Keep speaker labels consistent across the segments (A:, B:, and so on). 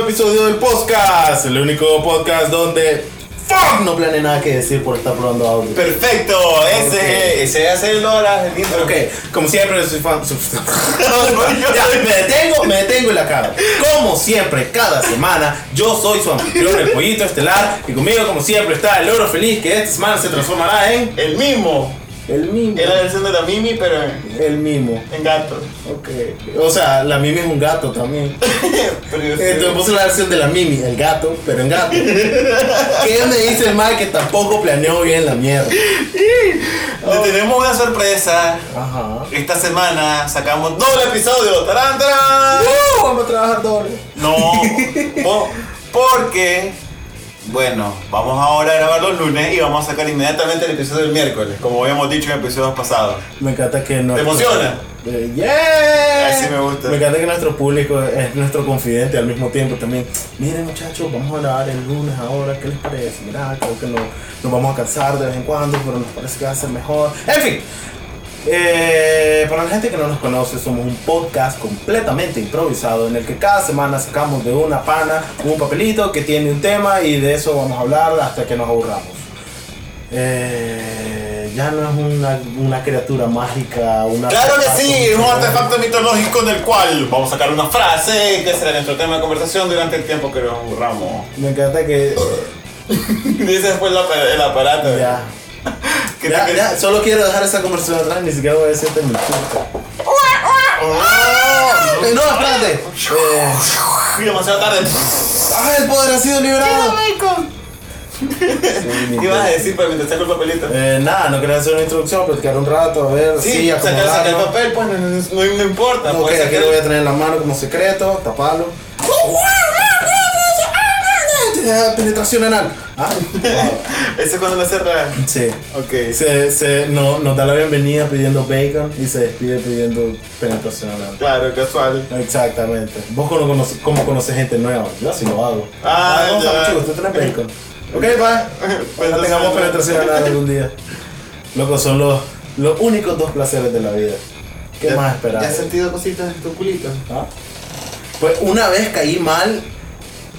A: episodio del podcast. El único podcast donde fuck no planeé nada que decir por estar probando audio.
B: Perfecto, ese ese hace el hora, el intro.
A: Ok, como siempre soy fan. Ya, me detengo, me detengo y la cara. Como siempre, cada semana, yo soy su anfitrión, el pollito estelar. Y conmigo, como siempre, está el oro feliz que esta semana se transformará en
B: El mismo.
A: el mimo.
B: Es la versión de la Mimi, pero en,
A: El mimo.
B: en gato.
A: Ok. O sea, la mimi es un gato también.
B: Pero yo sé-
A: Entonces Eh, puse la versión de la Mimi, el gato, pero en gato. ¿Qué me dice el mal que tampoco planeó bien la mierda?
B: Le tenemos una sorpresa.
A: Ajá.
B: Esta semana sacamos doble episodio. ¡Tarán, tarán!
A: Vamos a trabajar doble.
B: No, po- porque, bueno, vamos ahora a grabar los lunes y vamos a sacar inmediatamente el episodio del miércoles, como habíamos dicho en episodios pasados.
A: Me encanta que no.
B: ¿Te emociona?
A: Eh, ¡Yeah!
B: Así me gusta.
A: Me encanta que nuestro público es nuestro confidente al mismo tiempo también. Miren, muchachos, vamos a grabar el lunes ahora. ¿Qué les parece? Mirá, creo que no, nos vamos a cansar de vez en cuando, pero nos parece que va a ser mejor. En fin. Eh, para la gente que no nos conoce, somos un podcast completamente improvisado en el que cada semana sacamos de una pana un papelito que tiene un tema y de eso vamos a hablar hasta que nos aburramos. Eh, ya no es una, una criatura mágica, una...
B: Claro que sí, es un artefacto mitológico del cual vamos a sacar una frase que será nuestro tema de conversación durante el tiempo que nos aburramos.
A: Me encanta que...
B: Dice después el, apa- el aparato.
A: Ya.
B: ¿Qué
A: Ya,
B: Eh, te- qué-
A: ya, solo quiero dejar esa conversación atrás, ni siquiera voy a decirte mi puta.
B: ¡Ah!
A: Eh, No, espérate. Eh,
B: Uy, demasiado tarde.
A: ¡Ah, el poder ha sido liberado! Sí, mi
B: ¿Qué vas a
A: puta.
B: decir para mientras saco el papelito?
A: Eh, nada, no quería hacer una introducción, platicar un rato, a ver si
B: Sí, sacar, sacar el
A: acomodarnos.
B: papel, pues no, no- no importa.
A: Ok,
B: puedes
A: aquí
B: sacar-
A: lo voy a tener en la mano como secreto, tapalo. Eh, Penetración anal. Ah,
B: Ese es cuando la cerra.
A: sí.
B: Ok.
A: Se, se, no, nos da la bienvenida pidiendo bacon y se despide pidiendo penetración anal.
B: Claro, casual.
A: Exactamente. Vos cono- conoce- cómo conoces gente nueva. Yo así lo hago.
B: Ah,
A: vamos a
B: ya.
A: chicos, usted trae bacon. Ok, bye. Cuando tengamos penetración anal algún día. Loco, son los, los únicos dos placeres de la vida. ¿Qué
B: Ya-
A: más esperar?
B: ¿Ya has sentido cositas en tu culito?
A: ¿Ah? Pues una vez caí mal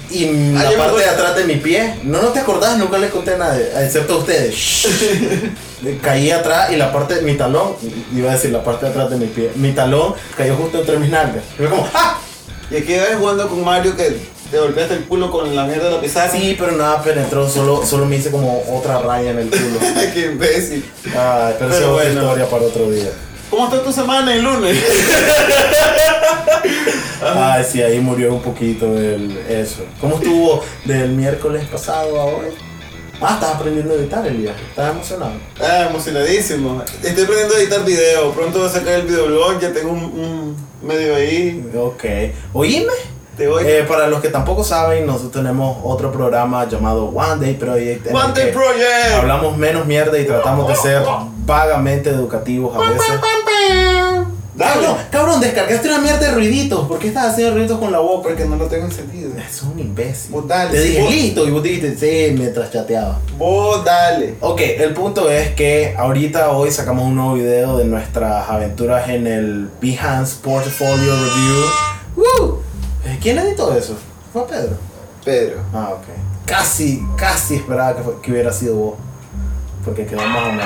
A: y
B: Ah,
A: la parte
B: yo me
A: de
B: acuerdo.
A: atrás de mi pie, no, no te acordás, nunca le conté a nadie, excepto a ustedes. Shh. caí atrás y la parte, mi talón, iba a decir la parte de atrás de mi pie, mi talón cayó justo entre mis nalgas. Y fue como, ¡ah!
B: Y aquí ves jugando con Mario que te golpeaste el culo con la mierda de la pizarra.
A: Sí, pero nada penetró, solo, solo me hice como otra raya en el culo.
B: Qué imbécil.
A: Ay, pero,
B: Pero
A: eso es
B: bueno.
A: una historia para otro día.
B: ¿Cómo está tu semana el lunes?
A: Ay, Ah, sí, ahí murió un poquito del, eso. ¿Cómo estuvo del miércoles pasado a hoy? Ah, estás aprendiendo a editar, Elías. Estás emocionado.
B: Ah, emocionadísimo. Estoy aprendiendo a editar video. Pronto voy a sacar el videoblog. Ya tengo un, un medio ahí.
A: Ok. Oíme.
B: Te voy.
A: Eh, para los que tampoco saben, nosotros tenemos otro programa llamado One Day Project. en el
B: One Day
A: que
B: Project.
A: Hablamos menos mierda y tratamos de ser vagamente educativos a veces.
B: Dale.
A: Cabrón, cabrón, descargaste una mierda de ruiditos. ¿Por qué estás haciendo ruiditos con la boca?
B: Porque no lo tengo encendido.
A: Es un imbécil.
B: Vos Pues dale,
A: Te
B: sí,
A: dije
B: vos-
A: listo y vos dijiste sí mientras chateaba.
B: Vos dale.
A: Ok, el punto es que ahorita hoy sacamos un nuevo video de nuestras aventuras en el Behance Portfolio Review. ¡Woo! Eh, ¿Quién editó eso? Fue Pedro.
B: Pedro.
A: Ah, ok. Casi, casi esperaba que, fue- que hubiera sido vos. Porque quedó más o menos.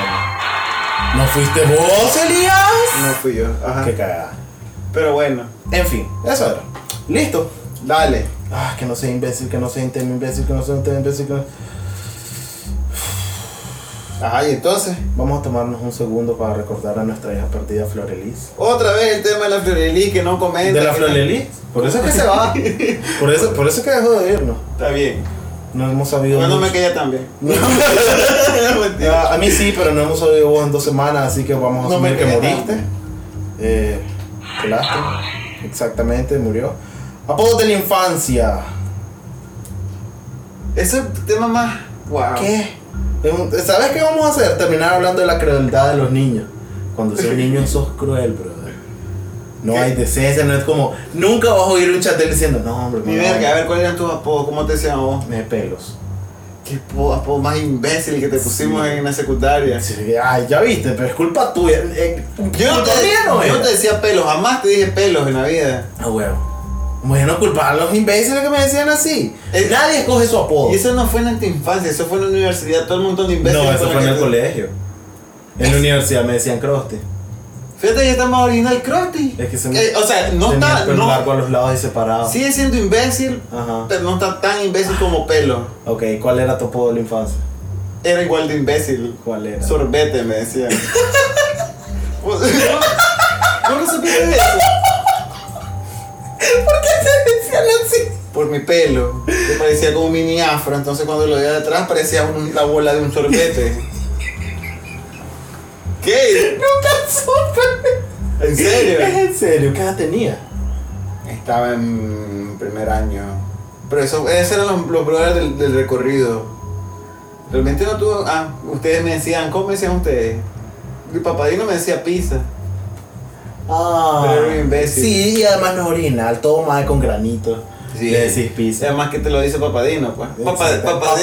A: ¿No fuiste vos, Elías? Ah,
B: No fui yo. Ajá.
A: Qué cagada.
B: Pero bueno.
A: En fin, eso era. Listo.
B: Dale.
A: Ah, que no sea imbécil, que no sea un tema imbécil, que no sea un tema imbécil. que no-
B: Ajá, y entonces.
A: Vamos a tomarnos un segundo para recordar a nuestra hija perdida, Florelis.
B: Otra vez el tema de la Florelí que no comenta.
A: ¿De la
B: que-
A: Florelis? Por eso es que se va. Por eso, por eso es que dejó de irnos.
B: Está bien.
A: No hemos sabido.
B: Bueno,
A: mucho.
B: me calla también. Mentira.
A: Ah, a mí sí, pero no hemos sabido vos en dos semanas, así que vamos a
B: No
A: asumir
B: me
A: que
B: quedé
A: moriste.
B: tanto.
A: Eh, qué lástima. Exactamente, murió. Apodos de la infancia.
B: Ese es el tema más. Wow.
A: ¿Qué? Es un- ¿Sabes qué vamos a hacer? Terminar hablando de la crueldad de los niños. Cuando sos niño sos cruel, brother. No
B: ¿Qué?
A: hay decencia, no es como. Nunca vas a oír un chatel diciendo, no, hombre,
B: Mi
A: no,
B: verga, a ver cuáles eran tus apodos, cómo te decían a vos.
A: Me pelos.
B: Qué po- apodo más imbécil que te pusimos
A: Sí.
B: en la secundaria.
A: Así que, Ay, ya viste, pero es culpa tuya. Eh,
B: Yo no,
A: culpa
B: te,
A: mía no
B: yo
A: era.
B: no te decía pelos, jamás te dije pelos en la vida.
A: A huevo. Bueno, culpar a los imbéciles que me decían así.
B: Eh,
A: Nadie escoge su apodo.
B: Y eso no fue en la infancia, eso fue en la universidad, todo el montón de imbéciles.
A: Oh. No, eso
B: con
A: fue en el
B: que-
A: colegio. En la universidad me decían croste.
B: Fíjate, ya está más original Crotty.
A: Es que se
B: Eh, o sea, no
A: tenía
B: está.
A: el pelo largo Ah.
B: No,
A: a los lados y separado.
B: sigue siendo imbécil,
A: Ajá.
B: pero no está tan imbécil como pelo.
A: Ok, ¿cuál era tu apodo de la infancia?
B: Era igual de imbécil.
A: ¿Cuál era?
B: Sorbete, me decían. ¿Vos vos no supiste de eso?
A: ¿Por qué te decían así?
B: Por mi pelo, que parecía como un mini afro, entonces cuando lo veía de atrás parecía un- la bola de un sorbete. ¿Qué?
A: Nunca supe.
B: ¿En
A: ¿Es
B: serio?
A: en serio? ¿Qué edad tenía?
B: Estaba en primer año. Pero eso, esos eran los, los problemas del, del recorrido. Realmente no tuvo. Ah, ustedes me decían, ¿cómo me decían ustedes? Mi papadino me decía pizza.
A: Ah,
B: Pero era un imbécil.
A: Sí, y además no es original, todo mal con granito. Le decís pizza.
B: Además que te lo dice papadino, pues. Papá,
A: Exacto.
B: papadino.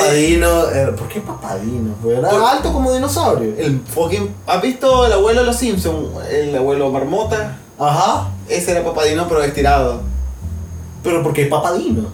A: papadino. era- ¿Por qué papadino? Pues Era
B: Por-
A: alto como dinosaurio.
B: El fucking. ¿Has visto el abuelo de los Simpsons? El abuelo marmota.
A: Ajá.
B: Ese era papadino, pero estirado.
A: Pero ¿por qué papadino?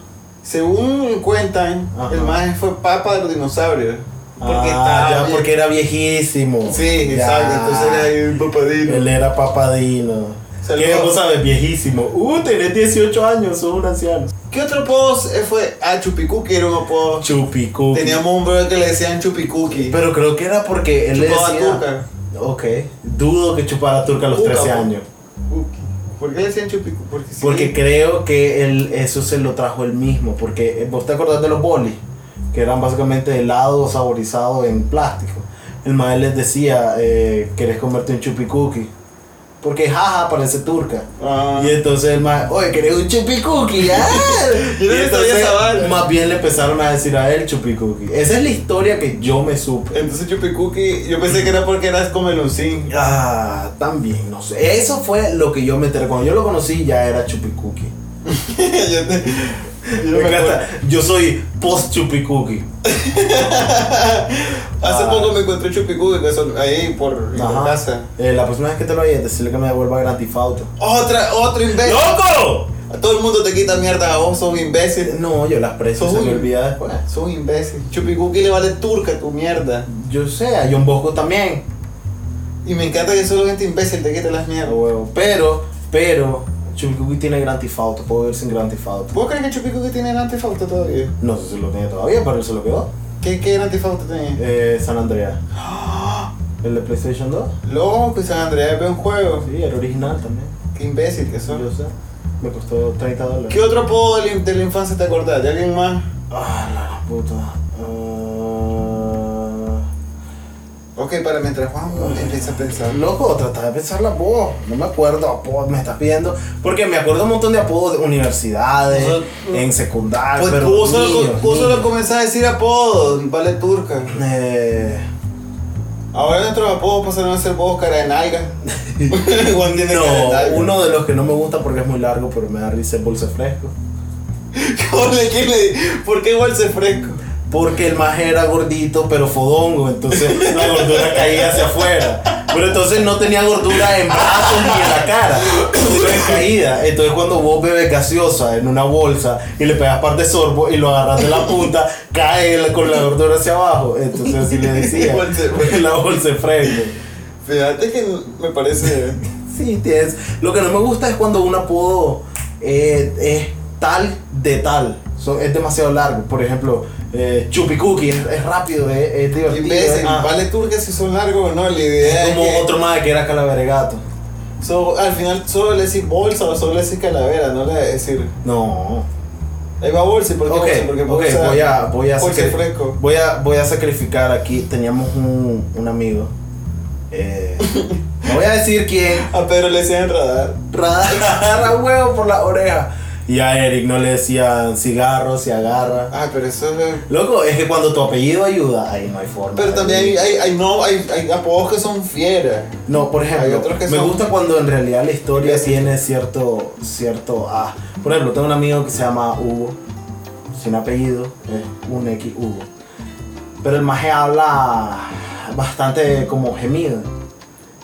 B: Según cuentan,
A: Ajá.
B: el más fue papa de los dinosaurios. Porque
A: Ah,
B: estaba
A: ya,
B: bien-
A: porque era viejísimo.
B: Sí,
A: Ya.
B: exacto. Entonces era ahí un papadino.
A: Él era papadino.
B: Saludos.
A: ¿Qué vos sabes? Viejísimo. Uh, tenés 18 años, sos un anciano.
B: ¿Qué otro apodo se- fue? Ah, Chupicuqui era un apodo.
A: Chupicuqui.
B: Teníamos un brother que le decían Chupicuqui.
A: Pero creo que era porque él le
B: Chupaba
A: decía.
B: turca.
A: Ok. Dudo que chupara turca a los
B: Cuca,
A: 13
B: po.
A: años.
B: Cuqui. ¿Por qué le decían Chupicuqui? Porque sí.
A: Porque creo que él, eso se lo trajo él mismo. Porque eh, vos te acordás de los bolis, que eran básicamente helado saborizado en plástico. El maestro les decía, eh, ¿querés comerte un chupi cookie? Porque jaja parece turca.
B: Ah.
A: Y entonces el maestro, oye, ¿querés un chupi cookie? Ah".
B: Yo no
A: Y
B: me sabía
A: entonces,
B: esa vaina.
A: más bien le empezaron a decir a él chupi cookie. Esa es la historia que yo me supe.
B: Entonces Chupicuqui, yo pensé que era porque eras como el uncín.
A: Ah, también, no sé. Eso fue lo que yo me enteré. Cuando yo lo conocí ya era chupi cookie.
B: yo te-
A: Me
B: yo me acuerdo.
A: encanta. Yo soy post chupicuki.
B: Hace
A: Ah.
B: poco me encontré Chupicuqui, que son ahí por en
A: Ajá.
B: mi casa.
A: Eh, la próxima vez que te lo vayas, decirle que me devuelva Grand Theft Auto.
B: Otra, otro
A: Eh.
B: imbécil.
A: ¡Loco!
B: A todo el mundo te quita mierda a vos, sos un imbécil.
A: No, yo las preso,
B: Sos
A: se
B: un-
A: me olvida después.
B: Sos un imbécil. Chupicuqui le vale turca tu mierda.
A: Yo sé, a John Bosco también.
B: Y me encanta que solo gente imbécil te quita las
A: a
B: mierdas.
A: huevo. Pero, pero, chupicuki tiene Grand Theft Auto. Puedo ir sin Grand Theft Auto.
B: ¿Vos crees que Chupicuqui tiene el antifauto todavía?
A: No sé si lo tiene todavía, pero él se lo quedó.
B: ¿Qué, qué antifauto tenía?
A: Eh, San Andreas. ¿El de PlayStation 2?
B: Loco, y San Andreas ve un juego.
A: Sí, el original también.
B: Qué imbécil que sos.
A: Yo sé. Me costó 30 dólares.
B: ¿Qué otro apodo de la, de la infancia te acordás? ¿De alguien más?
A: Ah, la gran puta. Ah.
B: Ok, para mientras Juan empieza a pensar.
A: Loco, trataba de pensar la voz. No me acuerdo apodos, me estás pidiendo. Porque me acuerdo un montón de apodos de universidades,
B: O
A: en secundaria.
B: Pues
A: Ah, pero
B: vos solo,
A: niños,
B: vos solo
A: niños.
B: comenzás a decir apodos, vale turca.
A: Eh,
B: Ahora nuestros apodos pasaron a ser vos cara de nalga. Juan tiene cara de nalga.
A: No, uno de los que no me gusta porque es muy largo, pero me da risa el bolso fresco.
B: ¿Cómo le- quién le- ¿Por qué bolse fresco?
A: Porque el más era gordito, pero fodongo, entonces la gordura caía hacia afuera. Pero entonces no tenía gordura en brazos ni en la cara, sino en caída. Entonces cuando vos bebes gaseosa en una bolsa y le pegas par de sorbo y lo agarras de la punta, cae la- con la gordura hacia abajo. Entonces así le decía,
B: Bolsa de fresco.
A: la bolsa de fresco.
B: Fíjate que me parece.
A: Sí, tienes. Lo que no me gusta es cuando un apodo eh, es tal de tal. So, es demasiado largo. Por ejemplo, eh, Chupi Cookie es, es rápido, es, es divertido.
B: Imbécil,
A: ah.
B: vale turca si son largos o no. La idea
A: Es
B: es.
A: como
B: que-
A: otro más que era Calavera de Gato.
B: so- al final solo le decís bolsa o solo le decís calavera, no le decir.
A: No.
B: Ahí va bolsa, ¿por qué
A: Ok,
B: bolsa? Porque
A: ok,
B: bolsa-
A: voy a, voy a
B: bolsa
A: sacri-
B: fresco.
A: Voy a, voy a sacrificar aquí. Teníamos un, un amigo. Eh, no voy a decir quién.
B: A Pedro le decían radar.
A: Radar a huevo por la oreja. Y a Eric no le decían cigarro, se agarra.
B: Ah, pero eso es.
A: Loco, es que cuando tu apellido ayuda, ahí no hay forma.
B: Pero
A: de-
B: también hay, hay, hay- no, hay, hay apodos que son fieras.
A: No, por
B: hay
A: ejemplo,
B: otros que
A: me
B: son-
A: gusta cuando en realidad la historia
B: Imbécil.
A: tiene cierto, cierto ah. Por ejemplo, tengo un amigo que se llama Hugo, sin apellido, es un X Hugo. Pero el maje habla bastante como gemido.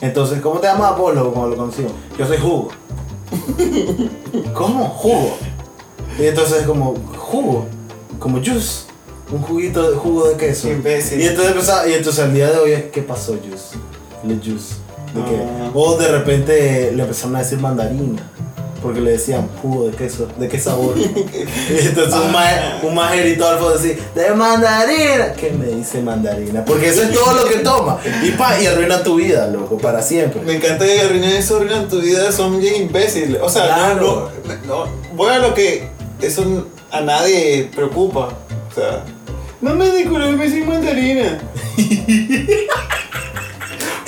A: Entonces, ¿cómo te llamas Apolo cuando lo consigo? Yo soy Hugo. ¿Cómo? Hugo. Y entonces como jugo, como juice, un juguito de jugo de queso.
B: Imbécil.
A: Y entonces empezaba, y entonces al día de hoy es ¿qué pasó juice? Le juice. ¿De qué?
B: Ah.
A: O de repente le empezaron a decir mandarina. Porque le decían jugo de queso, ¿de qué sabor? y entonces un, maje- un majerito al fondo decía, de mandarina. ¿Qué me dice mandarina? Porque eso es todo lo que toma. Y pa, y arruina tu vida, loco, para siempre.
B: Me encanta que arruinan eso, arruinan tu vida, son bien imbéciles. O sea,
A: Claro.
B: no, no- voy a lo que eso n- a nadie preocupa. O sea, no me de curarme sin mandarina.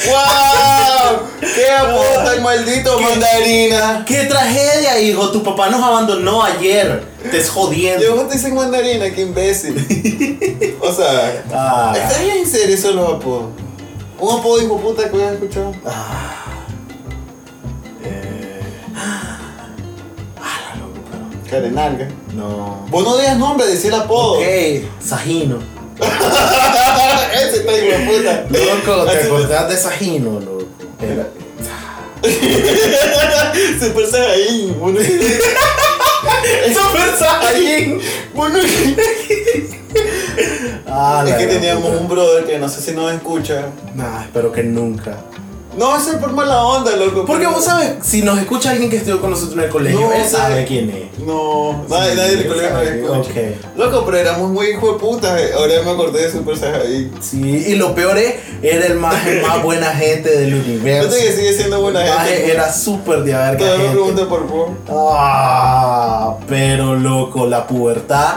B: ¡Wow! ¡Qué apodo tan maldito,
A: ¿Qué?
B: mandarina!
A: ¡Qué tragedia, hijo! Tu papá nos abandonó ayer. Te es
B: Yo
A: jodiendo.
B: no te dicen mandarina, qué imbécil. O sea,
A: Ah.
B: ¿está bien en serio eso los apodos? Un apodo hijo puta que has escuchado.
A: Eh, Ah, la loco, pero-
B: Carenalga.
A: No.
B: Vos no digas nombre, decía el apodo.
A: Ok, Sajino.
B: Ah, Ese está hijo de puta.
A: Loco, te
B: Así-
A: acordás de Sajino, loco. Era-
B: Super Saiyajin. Uno.
A: ¡Super Saiyajin!
B: Uno. Es
A: Ah, la
B: que
A: gran
B: teníamos
A: puta.
B: un brother que no sé si nos escucha.
A: Nah, espero que nunca.
B: No, ese es por mala onda, loco.
A: Porque
B: pero-
A: vos sabes, si nos escucha alguien que estudió con nosotros en el colegio,
B: No,
A: él
B: o sea,
A: sabe quién es.
B: No, nadie,
A: Sí,
B: nadie del
A: él
B: colegio nos
A: sabe.
B: escucha.
A: Ok.
B: Loco, pero éramos muy hijo de puta. eh. Ahora me acordé de Super Saiyajin.
A: Sí, y lo peor es, era el más, el más buena gente del
B: Yo
A: universo.
B: sé que sigue siendo buena
A: Ah,
B: gente.
A: Era súper de haber
B: Todavía me
A: gente.
B: pregunta por vos.
A: Ah, pero loco, la pubertad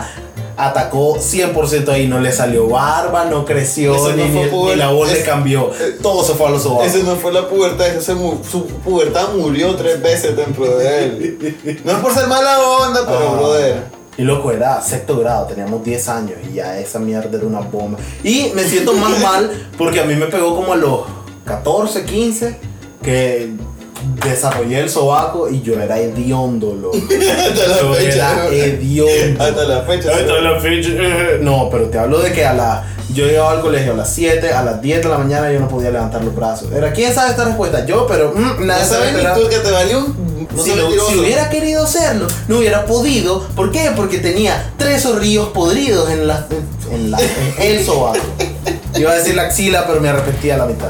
A: atacó 100% ahí. No le salió barba, no creció,
B: Eso no
A: ni,
B: fue
A: ni-
B: puber-
A: ni la voz le
B: es-
A: cambió.
B: eh,
A: Todo se fue a los ojos.
B: Ese no fue la pubertad, ese se mu- su pubertad murió tres veces dentro de él. No es por ser mala onda, pero
A: Ah.
B: brother.
A: Y loco, era sexto grado, teníamos 10 años y ya esa mierda era una bomba. Y me siento más mal porque a mí me pegó como a los 14, 15, que desarrollé el sobaco y yo era hediondo, loco.
B: Hasta la
A: Yo
B: fecha.
A: era hediondo.
B: Hasta la fecha.
A: Ahorita la fecha, eh. No, pero te hablo de que a la. Yo llegaba al colegio a las 7, a las 10 de la mañana yo no podía levantar los brazos. Era quién sabe esta respuesta, yo, pero mm, nadie
B: No
A: sabe.
B: sabes ni
A: esperar.
B: tú que te valió un. No
A: si,
B: soy
A: lo-
B: mentiroso.
A: si hubiera querido hacerlo, no hubiera podido. ¿Por qué? Porque tenía tres ríos podridos en la, en, la, en el sobaco. Iba a decir la axila, pero me arrepentí a la mitad.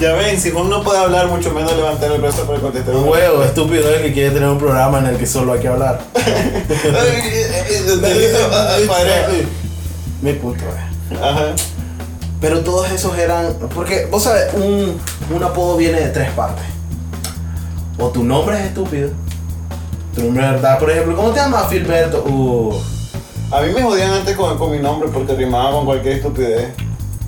B: Ya ven, si Juan no puede hablar, mucho menos levantar el brazo para contestar.
A: Un huevo estúpido es el que quiere tener un programa en el que solo hay que hablar.
B: Ay, ay, ay, padre.
A: Mi punto es.
B: Ajá.
A: Pero todos esos eran. Porque, vos sabes, un, un apodo viene de tres partes. O tu nombre es estúpido. Tu nombre de verdad, por ejemplo, ¿cómo te llamas Filberto? Uh,
B: A mí me jodían antes con, con mi nombre porque rimaba con cualquier estupidez.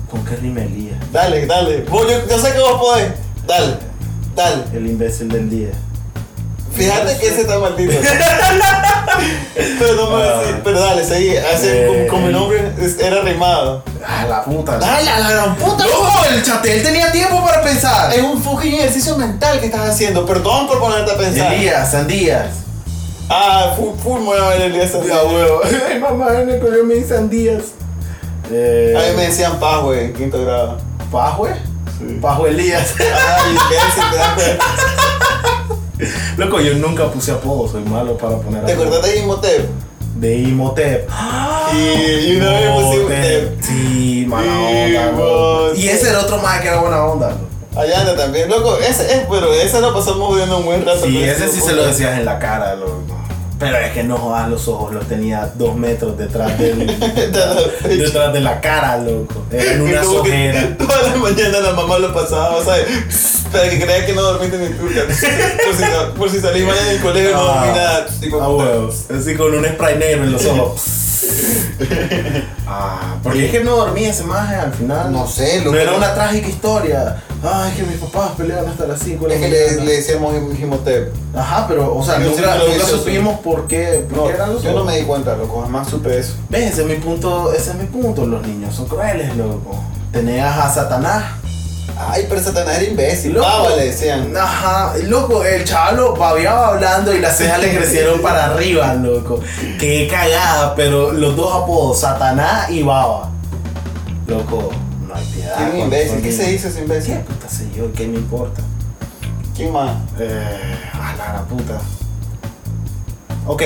A: ¿Con qué rimelía?
B: Dale, dale. Vos, yo, yo sé que vos podés. Dale, dale.
A: El imbécil del día.
B: Fíjate que ese está maldito. pero no me voy a decir. Pero dale, seguí. Hace,
A: Ah. Eh.
B: con, con mi nombre es- era rimado.
A: Ah, la puta.
B: Dale, a la gran puta.
A: ¡No! El chatel tenía tiempo para pensar.
B: Es un fucking ejercicio mental que estás haciendo. Perdón por ponerte a pensar.
A: Elías, sandías.
B: Ah, full, full me va a ver el día ese.
A: Ya, huevo. Ay, mamá, en el colegio me dicen sandías. Eh,
B: A mí me decían paz, güey, en quinto grado.
A: ¿Pajue? Pajo Elías.
B: Ay, imbécil, te das cuenta.
A: Loco, yo nunca puse apodo, soy malo para poner
B: ¿Te
A: apodo.
B: acordás de Imhotep?
A: De Imhotep.
B: Y, y una vez puse Imhotep.
A: Sí, mala onda. loco. Y ese era otro más que era buena onda. loco.
B: Allá anda también, loco, ese es, pero ese lo pasamos jodiendo un buen rato.
A: Sí,
B: pero
A: ese sí
B: estuvo
A: se lo
B: puta.
A: decías en la cara, loco. Pero es que no jodas los ojos, los tenía dos metros detrás del, detrás de la cara, loco. Eran
B: Y
A: una
B: como que
A: sojera.
B: Toda la mañana la mamá lo pasaba, ¿sabes? Para que creas que no dormiste ni tú, cara. por si, sa- por si salís mal en el colegio, no dormí nada. Digo,
A: Ah, huevos. Así con un spray negro en los ojos. ah, porque es que no dormía ese maje eh, al final.
B: No sé,
A: Pero
B: loco.
A: era una trágica historia. Ay, es que mis papás peleaban hasta las 5 de
B: Es
A: la
B: que
A: mañana.
B: le, le decíamos Imhotep.
A: Ajá, pero, o sea,
B: Yo
A: nunca,
B: siempre lo
A: nunca
B: hice,
A: supimos por qué. por
B: No,
A: qué eran los
B: yo no
A: ojos.
B: me di cuenta, loco, jamás supe eso.
A: ¿Ves? Ese es mi punto, ese es mi punto. Los niños son crueles, loco. Tenías a Satanás.
B: Ay, pero Satanás era imbécil.
A: Loco.
B: Pava le Ah, decían.
A: Ajá, loco, el chavo babeaba hablando y las cejas le crecieron para arriba, loco. Qué cagada, pero los dos apodos, Satanás y Baba. Loco, no hay piedad.
B: ¿Quién es
A: cuando
B: imbécil?
A: son
B: ¿Qué se
A: niños.
B: hizo ese
A: ¿Qué
B: imbécil?
A: puta sé yo? ¿Qué me importa?
B: ¿Quién más?
A: Eh, a la gran puta. Ok,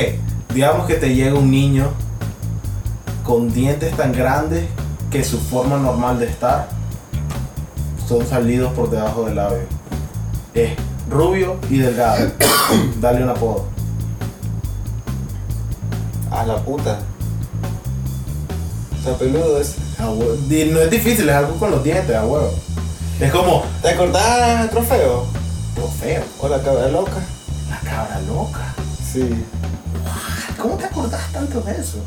A: Digamos que te llega un niño con dientes tan grandes que su forma normal de estar son salidos por debajo del labio. Es rubio y delgado. Dale un apodo.
B: A la puta. Está peludo ese.
A: A hue- di- No es difícil, es algo con los dientes, a huevo. Es como,
B: ¿Te acordás, trofeo?
A: trofeo,
B: O la cabra loca.
A: la cabra loca.
B: Sí.
A: ¿Cómo te acordás tanto de eso?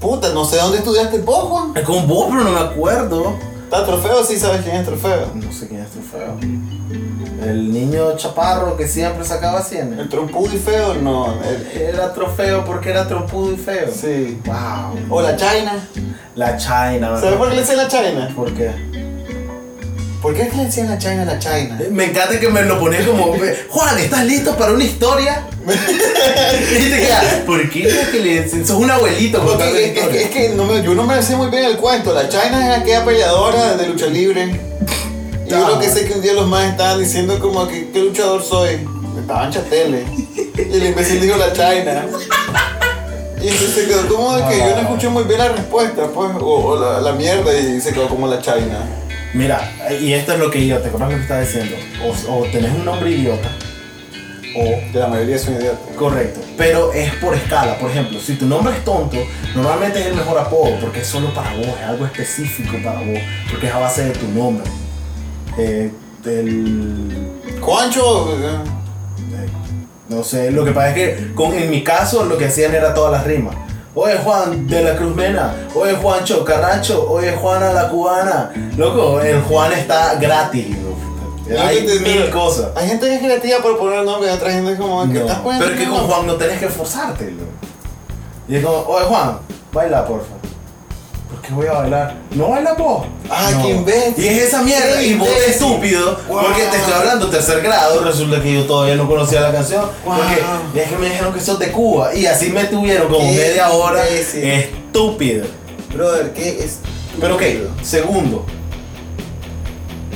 B: Puta, no sé dónde estudiaste vos, Juan.
A: Es con vos, pero no me acuerdo.
B: Está trofeo, sí sabes quién es trofeo.
A: No sé quién es trofeo. este El niño chaparro que siempre sacaba
B: El
A: 100.
B: trompudo y feo, no. el-
A: Era trofeo porque era trompudo y feo.
B: sí.
A: Wow.
B: O la China.
A: La China.
B: ¿Sabes por qué le decían la China?
A: ¿Por qué?
B: ¿Por qué es que le decían la China a la China?
A: Me encanta que me lo pones como, Juan, ¿estás listo para una historia? y te quedas, ¿por qué es que le Sos un abuelito
B: Porque
A: contando
B: es, que-
A: historias.
B: es que no me- yo no me sé muy bien el cuento. La China es aquella peleadora de lucha libre. Y yo
A: Ah.
B: lo que sé que un día los más estaban diciendo como que qué luchador soy. Estaban chateles. ¿eh? Y el imbécil dijo la China. Y entonces se quedó como de que yo no escuché muy bien la respuesta, pues, o, o la, la mierda, y se quedó como la China.
A: Mira, y esto es lo que yo, ¿te acuerdas lo que estaba diciendo? O, o tenés un nombre idiota, o
B: Que la mayoría es un idiota.
A: Correcto, pero es por escala. Por ejemplo, si tu nombre es tonto, normalmente es el mejor apodo porque es solo para vos, es algo específico para vos, porque es a base de tu nombre. Eh, el-
B: Juancho, eh,
A: eh, no sé, lo que pasa es que con, en mi caso lo que hacían era todas las rimas. Oye Juan de la Cruz Mena, oye Juancho Carracho, oye Juana la Cubana. Loco, el Juan está gratis. loco. Hay
B: Yo te-
A: mil cosas.
B: hay gente que es creativa por poner nombre, otra gente es como que
A: No,
B: estás poniendo
A: pero es que con
B: nombre?".
A: Juan no tenés que forzarte, loco. Y es como, oye Juan, baila porfa. ¿Por qué voy a bailar? No baila vos.
B: Ah,
A: no.
B: qué imbécil.
A: Y es esa mierda.
B: Qué
A: Y vos de
B: imbécil.
A: estúpido.
B: Wow.
A: Porque te estoy hablando tercer grado. Resulta que yo todavía no conocía la canción.
B: Wow.
A: Porque es que me dijeron que sos de Cuba. Y así me tuvieron como
B: Qué
A: media hora.
B: imbécil.
A: Estúpido.
B: Brother, ¿qué es?
A: Pero ok, segundo.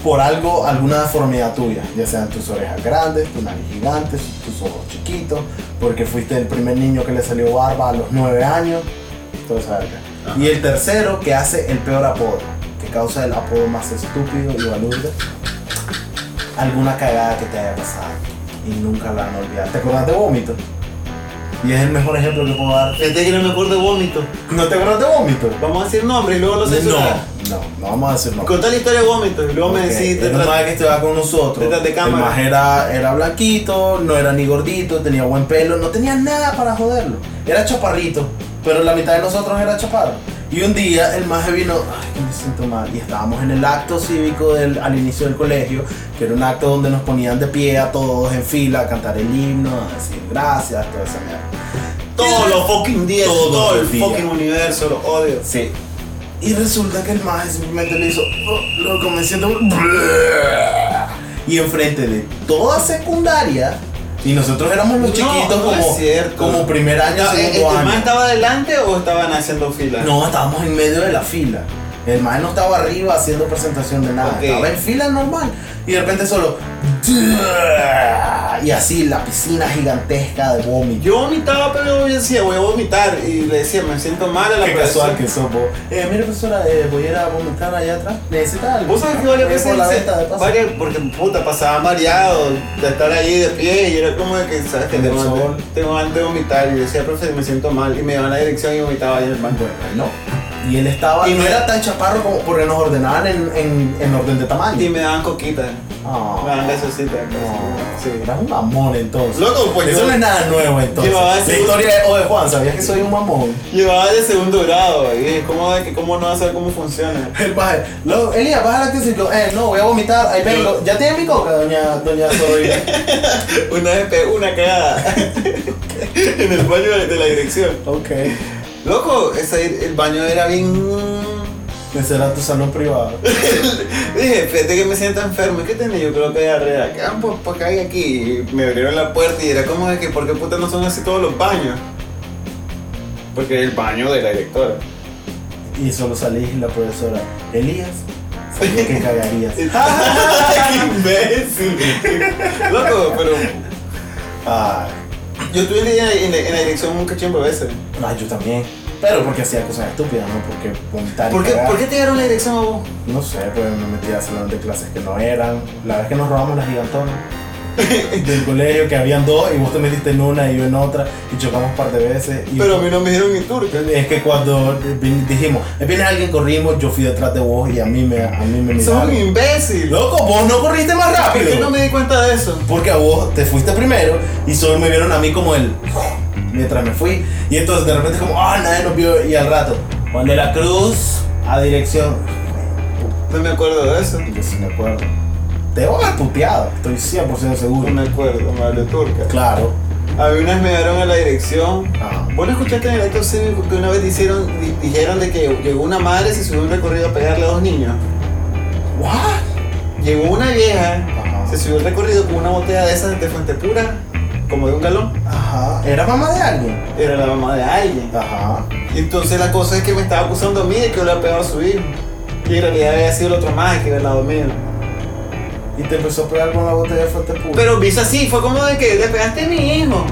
A: Por algo, alguna deformidad tuya, ya sean tus orejas grandes, tu nariz gigante, tus ojos chiquitos, porque fuiste el primer niño que le salió barba a los nueve años, toda esa verga.
B: Ajá.
A: Y el tercero, que hace el peor apodo, que causa el apodo más estúpido y balurdo, alguna cagada que te haya pasado y nunca la han olvidado. ¿Te acordás de vómito? Y es el mejor ejemplo que puedo dar.
B: Gente Este que no me acuerdo de vómito.
A: ¿No te acordás de vómito?
B: Vamos a decir nombres y luego los
A: No,
B: censuras.
A: no, no vamos a decir no.
B: Contá la historia de vómito y luego me
A: Ok,
B: decís. te
A: el
B: tra-
A: más que estaba con nosotros.
B: detrás de cámara.
A: El más era, era blanquito, no era ni gordito, tenía buen pelo, no tenía nada para joderlo. Era chaparrito, pero la mitad de nosotros era chaparro. Y un día el maje vino, ay, que me siento mal. Y estábamos en el acto cívico del, al inicio del colegio, que era un acto donde nos ponían de pie a todos en fila, a cantar el himno, a decir gracias, toda esa mierda.
B: Todos los fucking días, todo,
A: Todos
B: el
A: los días.
B: fucking universo, los odio.
A: Sí. Y resulta que el maje simplemente le hizo, "Oh, loco, me siento... muy-". Y enfrente de toda secundaria, y nosotros éramos los
B: No,
A: chiquitos
B: no es
A: como,
B: cierto.
A: como primer año,
B: No, ¿e-
A: segundo
B: ¿Este
A: año.
B: man estaba adelante o estaban haciendo fila?
A: No, estábamos en medio de la fila. El man no estaba arriba haciendo presentación de nada.
B: Ok.
A: Estaba en fila normal. Y de repente solo... Y así, la piscina gigantesca de vómito.
B: Yo vomitaba, pero yo decía, voy a vomitar. Y le decía, me siento mal a la
A: Qué
B: persona.
A: casual que sos vos. Eh, mira, profesora, eh, voy a ir a vomitar allá atrás. ¿Necesita algo?
B: Vos sabés que varias
A: Voy
B: veces
A: por la
B: hice-
A: venta, de paso.
B: varias- porque puta, pasaba mareado de estar ahí de pie y era como de que, ¿sabes? Que
A: En el
B: tengo,
A: sol.
B: antes, tengo antes de vomitar y yo decía, profe, me siento mal. Y me iba a la dirección y vomitaba ahí en el man.
A: Bueno, no. Y él estaba. Y no era tan chaparro como porque nos ordenaban en, en- en orden de
B: Y
A: tamaño.
B: me daban coquitas.
A: Ah.
B: Me daban besositas.
A: No.
B: Sí.
A: Eras un mamón entonces.
B: Loco, pues
A: Eso
B: yo-
A: no es nada nuevo entonces.
B: Llevaba
A: La
B: ese-
A: historia de Ode Juan, ¿sabías que soy un mamón?
B: Llevaba de segundo grado y es como de que cómo no va a saber cómo funciona.
A: El baje, "Lo- Elías, baja la tísico. Eh, no, voy a vomitar. Ahí vengo. ¿Ya tiene mi coca, doña, doña Sororina?
B: Una vez pegó una cagada en el baño de de la dirección.
A: ok.
B: Loco, ese- el baño era bien
A: Ese era tu salón privado.
B: Dije, fíjate que me siento enfermo, ¿qué tenés? Yo creo que diarrea. ¿Qué? Ah, pues, pues caí aquí. Y me abrieron la puerta y era como de que, ¿por qué puta no son así todos los baños? Porque era el baño de la directora.
A: Y solo salí y la profesora, Elías, sabía que cagarías.
B: ¡Qué imbécil! Loco, pero.
A: Ay,
B: yo estuve en la, en la- en la dirección un cachimbo de veces.
A: Ah, yo también. Pero porque hacía cosas estúpidas, ¿no? Porque vomitar y
B: ¿Por qué,
A: cagar.
B: ¿Por qué te dieron la dirección a vos?
A: No sé, pues me metí a salones de clases que no eran. La vez que nos robamos las gigantonas del colegio, que habían dos, y vos te metiste en una y yo en otra, y chocamos un par de veces. Y
B: Pero a mí no me dieron ni turca.
A: es que cuando vin- dijimos, "Eh, viene alguien, corrimos, yo fui detrás de vos y a mí me, a mí me
B: Sos
A: miraron.
B: un imbécil.
A: Loco, vos no corriste más
B: ¿Por qué
A: rápido.
B: no me di cuenta de eso?
A: Porque a vos te fuiste primero y solo me vieron a mí como el mientras me fui. Y entonces de repente como, ah, nadie nos vio. Y al rato, Juan de la Cruz a dirección.
B: No me acuerdo de eso.
A: Yo sí me acuerdo. Te voy a haber puteado, estoy 100%
B: No
A: seguro.
B: me acuerdo, madre turca.
A: Claro.
B: A mí unas me dieron a la dirección.
A: Ah.
B: Vos no escuchaste en el acto cívico que una vez hicieron, di- dijeron de que llegó una madre y se subió a un recorrido a pegarle a dos niños.
A: ¿What?
B: Llegó una vieja,
A: Ajá.
B: se subió al recorrido con una botella de esas de fuente pura, como de un galón.
A: Ajá. ¿Era mamá de alguien?
B: Era la mamá de alguien.
A: Ajá.
B: Y entonces la cosa es que me estaba acusando a mí de que yo le había pegado a su hijo. Y en realidad había sido el otro más que era al lado mío.
A: Y te empezó a pegar con la botella de fuente pura.
B: Pero viste así, fue como de que le pegaste a mi hijo.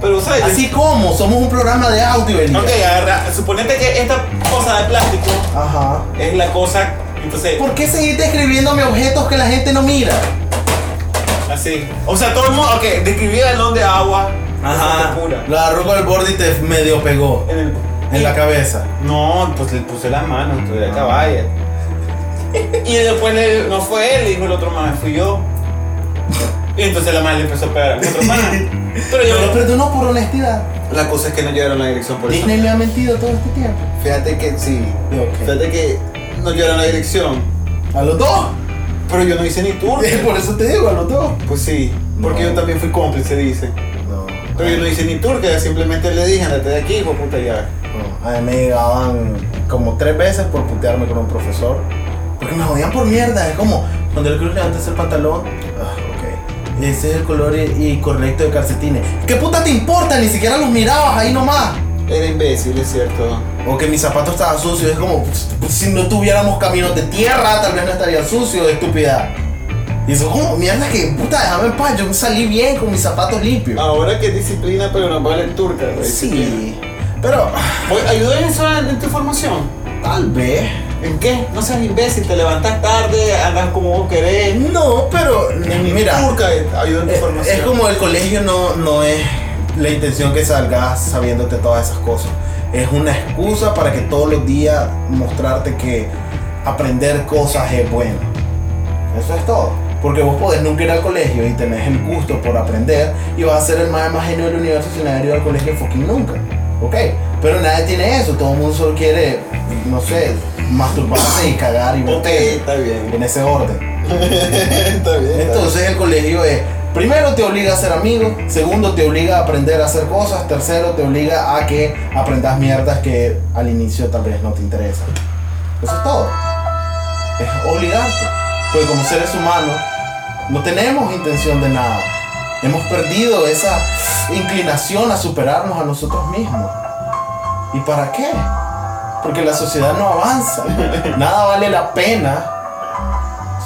B: Pero, ¿sabes?
A: Así como, somos un programa de audio, Elías.
B: Ok, agarra. Suponete que esta cosa de plástico
A: Ajá.
B: es la cosa. Entonces,
A: ¿Por qué seguís describiéndome objetos que la gente no mira?
B: así. O sea, todo el mundo. Ok, describí el galón de agua. de pura.
A: La agarró con el borde y te medio pegó
B: En Ah. el-
A: en la cabeza.
B: No, pues le puse las manos, tú de caballa. Y después le- no fue él, dijo el otro más, fui yo. Y entonces la madre le empezó a pegar al otro más. Pero
A: Pero
B: yo
A: lo perdonó por honestidad.
B: La cosa es que no llegaron a la dirección por
A: Disney le ha mentido todo este tiempo.
B: Fíjate que sí.
A: Ok.
B: Fíjate que no llegaron a la dirección.
A: ¿A los dos?
B: Pero yo no hice ni turno.
A: Por eso te digo, a los dos.
B: Pues sí, porque
A: No.
B: yo también fui cómplice, dice.
A: No.
B: Pero yo no hice ni turca, simplemente le dije, andate de aquí, hijo de puta ya.
A: No, A mí me llegaban como tres veces por putearme con un profesor. Porque me jodían por mierda. Es como cuando el cruz levantas el pantalón. Ah, ok. Ese es el color i- y correcto de calcetines. ¿Qué puta te importa? Ni siquiera los mirabas ahí nomás.
B: Era imbécil, es cierto.
A: O que mis zapatos estaban sucios. Es como pues, pues, si no tuviéramos caminos de tierra, tal vez no estaría sucio, estúpida. Y eso es como mierda que puta, déjame en paz. Yo salí bien con mis zapatos limpios.
B: Ahora que disciplina, pero no vale turca. güey.
A: sí. Pero ah,
B: Oye, ¿Ayudó en eso en, en tu formación?
A: tal vez.
B: ¿En qué? No seas imbécil, te levantas tarde, andas como vos querés.
A: No, pero mira.
B: Turca eh, ayudó en tu
A: Eh,
B: formación.
A: Es como el colegio no, no es la intención que salgas sabiéndote todas esas cosas. Es una excusa para que todos los días mostrarte que aprender cosas es bueno. Eso es todo. Porque vos podés nunca ir al colegio y tenés el gusto por aprender y vas a ser el más, más genio del universo sin haber ido al colegio fucking nunca. Ok, pero nadie tiene eso. Todo el mundo solo quiere, no sé, masturbarse y cagar y
B: Ok,
A: meter
B: está bien.
A: en ese orden.
B: está bien.
A: Entonces el colegio es, primero te obliga a ser amigo, segundo te obliga a aprender a hacer cosas, tercero te obliga a que aprendas mierdas que al inicio tal vez no te interesan. Eso es todo. Es obligarte. Porque como seres humanos no tenemos intención de nada. Hemos perdido esa inclinación a superarnos a nosotros mismos. ¿Y para qué? Porque la sociedad no avanza. Nada vale la pena.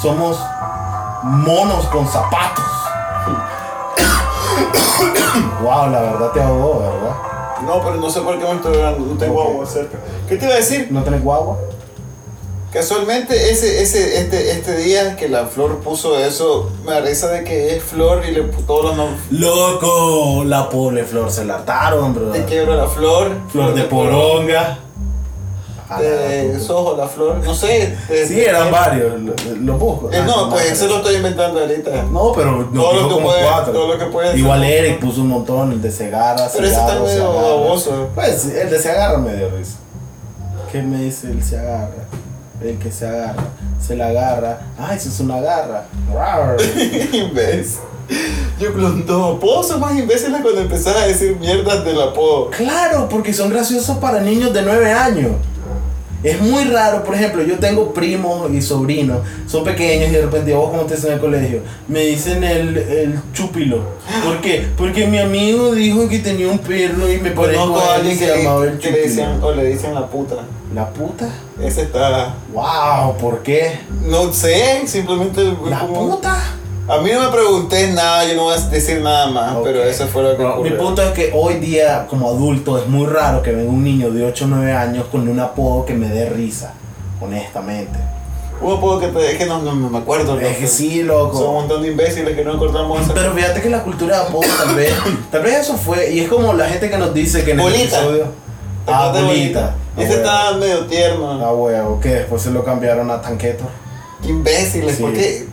A: Somos monos con zapatos. wow, la verdad te ahogó, ¿verdad?
B: No, pero no sé por qué me estoy hablando, no tengo
A: Ok.
B: agua cerca. ¿Qué te iba a decir?
A: ¿No tenés guagua?
B: Casualmente ese, ese, este, este día que la flor puso eso, me da risa de que es flor y le pu- todos los nombres.
A: Loco, la pobre flor se la ataron, bro.
B: Te quiebro la flor.
A: Flor de poronga. Ah,
B: Te sojo Eh, la flor. No sé. te-
A: Sí, eran varios, lo, lo busco.
B: Eh,
A: Ah,
B: no, pues
A: pero-
B: eso lo estoy inventando ahorita.
A: No, pero nos
B: Todo lo
A: dijo
B: que
A: como
B: puede-
A: cuatro.
B: todo lo que puede
A: Igual
B: ser.
A: Eric puso un montón, el de se agarra, se
B: Pero ese
A: agarra,
B: está
A: se
B: medio
A: agarra.
B: baboso.
A: Pues el de se agarra me dio risa. ¿Qué me dice el se agarra? El que se agarra, se la agarra. Ah, eso es una garra. Rar.
B: Imbécil. Yo los apodos son más imbéciles cuando empezás a decir mierdas del apodo.
A: claro, porque son graciosos para niños de 9 años. Es muy raro, por ejemplo, yo tengo primos y sobrinos, son pequeños y de repente, vos cómo te dicen en el colegio, me dicen el, el chupilo. ¿Por qué? Porque mi amigo dijo que tenía un perro y me parezco
B: Conozco a
A: a él y
B: alguien que,
A: se llamaba el
B: le- que le dicen
A: chupilo.
B: o le dicen la puta.
A: ¿La puta?
B: Ese está.
A: ¡Wow! ¿Por qué?
B: No sé, simplemente.
A: ¿La
B: como-
A: puta?
B: A mí no me pregunté nada, yo no voy a decir nada más,
A: Ok.
B: pero eso fue lo que
A: No, mi
B: ocurrió.
A: punto es que hoy día, como adulto, es muy raro que venga un niño de 8 o 9 años con un apodo que me dé risa, honestamente.
B: Hubo poco que te- es que no, no- no me acuerdo.
A: Es
B: loco.
A: que sí, loco.
B: Son un montón de imbéciles que no cortamos esa.
A: Pero fíjate que la cultura de apodo tal vez, tal vez eso fue, y es como la gente que nos dice que en el
B: Bolita.
A: episodio... Ah,
B: Aparte,
A: bolita. Ah,
B: Ese
A: huevo.
B: estaba medio tierno.
A: Ah, huevo, que después se lo cambiaron a tanqueto.
B: Qué imbéciles,
A: Sí.
B: ¿por qué?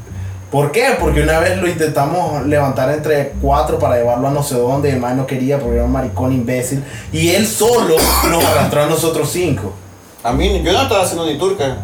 A: ¿Por qué? Porque una vez lo intentamos levantar entre cuatro para llevarlo a no sé dónde, y el man no quería porque era un maricón imbécil, y él solo nos arrastró a nosotros cinco.
B: A mí, yo no estaba haciendo ni turca.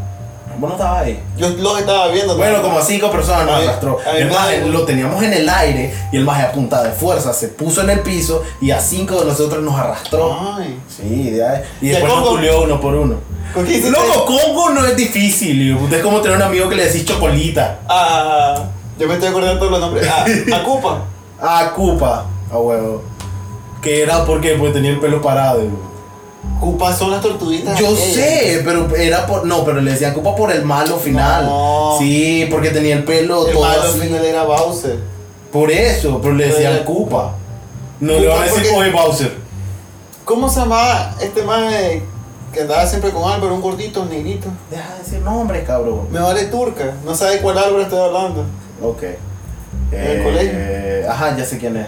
A: Vos no estabas ahí.
B: Yo los estaba viendo.
A: Bueno, como a cinco personas nos
B: Ay,
A: arrastró.
B: ay,
A: El maje
B: madre.
A: lo teníamos en el aire y el maje a punta de fuerza se puso en el piso y a cinco de nosotros nos arrastró.
B: Ay.
A: Ah. Sí, de ahí. Y
B: ¿Y
A: después
B: el
A: nos
B: Congo?
A: culió uno por uno.
B: ¿Con qué hiciste?
A: Loco, Congo no es difícil. y Usted es como tener un amigo que le decís chocolita.
B: Ah, yo me estoy acordando de todos los nombres. Ah, Acupa.
A: Ah, Cupa. A huevo. Que era porque pues tenía el pelo parado. y-
B: Cupa son las tortuguitas.
A: Yo
B: aquellas.
A: sé, pero era por. No, pero le decían Cupa por el malo final.
B: No.
A: Sí, porque tenía el pelo
B: El
A: todo
B: malo
A: así.
B: al final era Bowser.
A: Por eso, pero le decían
B: Pero-
A: Cupa. No
B: Koopa
A: le van a decir,
B: porque-
A: oye Bowser.
B: ¿Cómo se llamaba este maje que andaba siempre con Álvaro, un gordito, un negrito?
A: Deja de decir nombre, cabrón.
B: Me vale turca, no sabe cuál Álvaro estoy hablando.
A: Ok.
B: el
A: Eh, Ajá, ya sé quién es.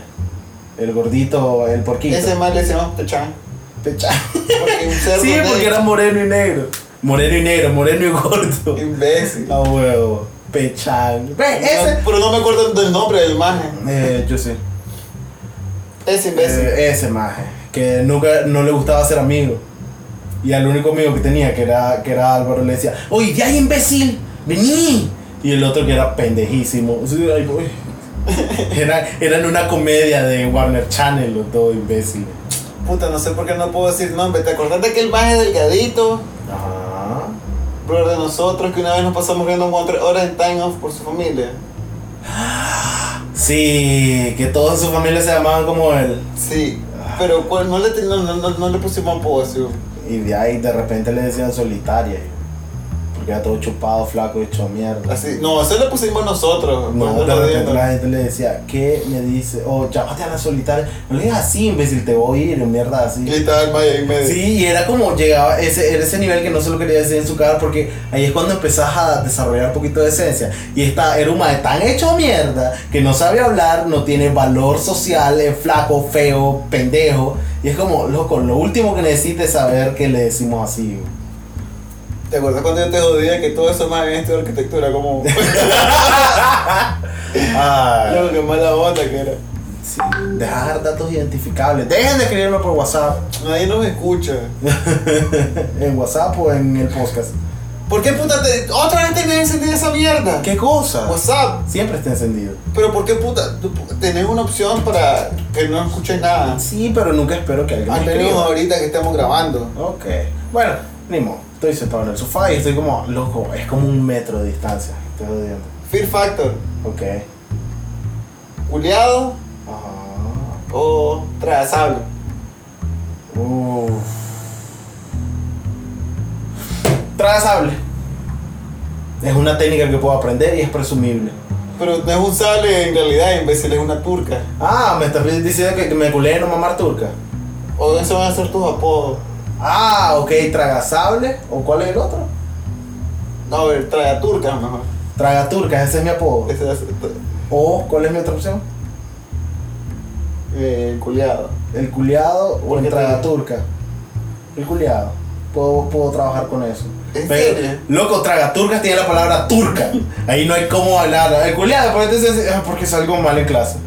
A: El gordito, el porquito.
B: Ese mal le decíamos Pechán.
A: Pecha-
B: Porque un cerdo
A: Sí,
B: negro.
A: porque era moreno y negro. Moreno y negro, moreno y gordo.
B: Imbécil.
A: A huevo. Pechán. Ve,
B: No,
A: ese.
B: pero no me acuerdo del nombre del maje.
A: Eh, yo sé.
B: Ese imbécil.
A: Eh, ese maje. Que nunca no le gustaba ser amigo. Y al único amigo que tenía, que era, que era Álvaro, le decía, oye, ya hay imbécil, vení. Y el otro que era pendejísimo. sí, ay, güey. Era, eran una comedia de Warner Channel, los dos imbéciles.
B: Puta, no sé por qué no puedo decir nombre. ¿Te acordás de aquel maje delgadito?
A: Ajá.
B: brother de nosotros que una vez nos pasamos viendo como tres horas en time off por su familia.
A: Sí, que toda su familia se llamaban como él.
B: Sí,
A: Ah.
B: pero ¿cuál? no le, ten- no, no, no, no le pusimos apodo así.
A: Y de ahí de repente le decían solitaria. Porque era todo chupado, flaco, hecho mierda.
B: así. No, eso le pusimos nosotros. por
A: No,
B: eso
A: de
B: lo
A: repente
B: digo.
A: la gente le decía, ¿qué me dice? Oh, llámate a la solitaria. No le digas así, imbécil, te voy a ir, mierda
B: Y
A: así.
B: estaba el Maya ahí en medio.
A: Sí, y era como llegaba ese, era ese nivel que no se lo quería decir en su cara porque ahí es cuando empezás a desarrollar un poquito de esencia. Y esta era un mae tan hecho mierda que no sabe hablar, no tiene valor social, es flaco, feo, pendejo. Y es como, loco, lo último que necesites es saber que le decimos así. güey.
B: ¿Te acuerdas cuando yo te jodía que todo eso más bien estudió arquitectura? Como.
A: Ay.
B: Loco, qué mala onda que era.
A: Sí, dejar datos identificables. Dejen de escribirme por WhatsApp.
B: Nadie nos escucha.
A: en WhatsApp o en el podcast.
B: ¿Por qué puta te.? Otra vez tenés que encender esa mierda.
A: ¿Qué cosa?
B: WhatsApp.
A: Pues, Siempre está encendido.
B: Pero ¿por qué puta? Tú Tenés una opción para que no escuches nada.
A: Sí, pero nunca espero que alguien me
B: Al menos
A: escriba.
B: ahorita que estamos grabando.
A: Ah, Ok. Bueno, Nimo, estoy sentado en el sofá y estoy como loco. Es como un metro de distancia. Estoy odiando.
B: Fear Factor,
A: Ok.
B: culiado
A: Ajá.
B: o trazable.
A: Uf. Trazable. Es una técnica que puedo aprender y es presumible.
B: Pero no es un sable en realidad, imbécil, es una turca.
A: Ah, me estás diciendo que que me culé en una mamar turca.
B: O eso van a ser tus apodos.
A: Ah, ok, tragasable. ¿O cuál es el otro?
B: No, a ver, traga turca mejor.
A: Tragaturca, ese es mi apodo.
B: Ese es,
A: O, ¿cuál es mi otra opción?
B: eh, culiado.
A: El culiado o
B: ¿Por
A: el
B: qué te-
A: tragaturca. El culiado. Puedo, puedo trabajar con eso.
B: ¿En
A: Pero,
B: serio?
A: loco, tragaturca tiene la palabra turca. Ahí no hay cómo hablar. El culiado, por eso es- ah, porque salgo mal en clase.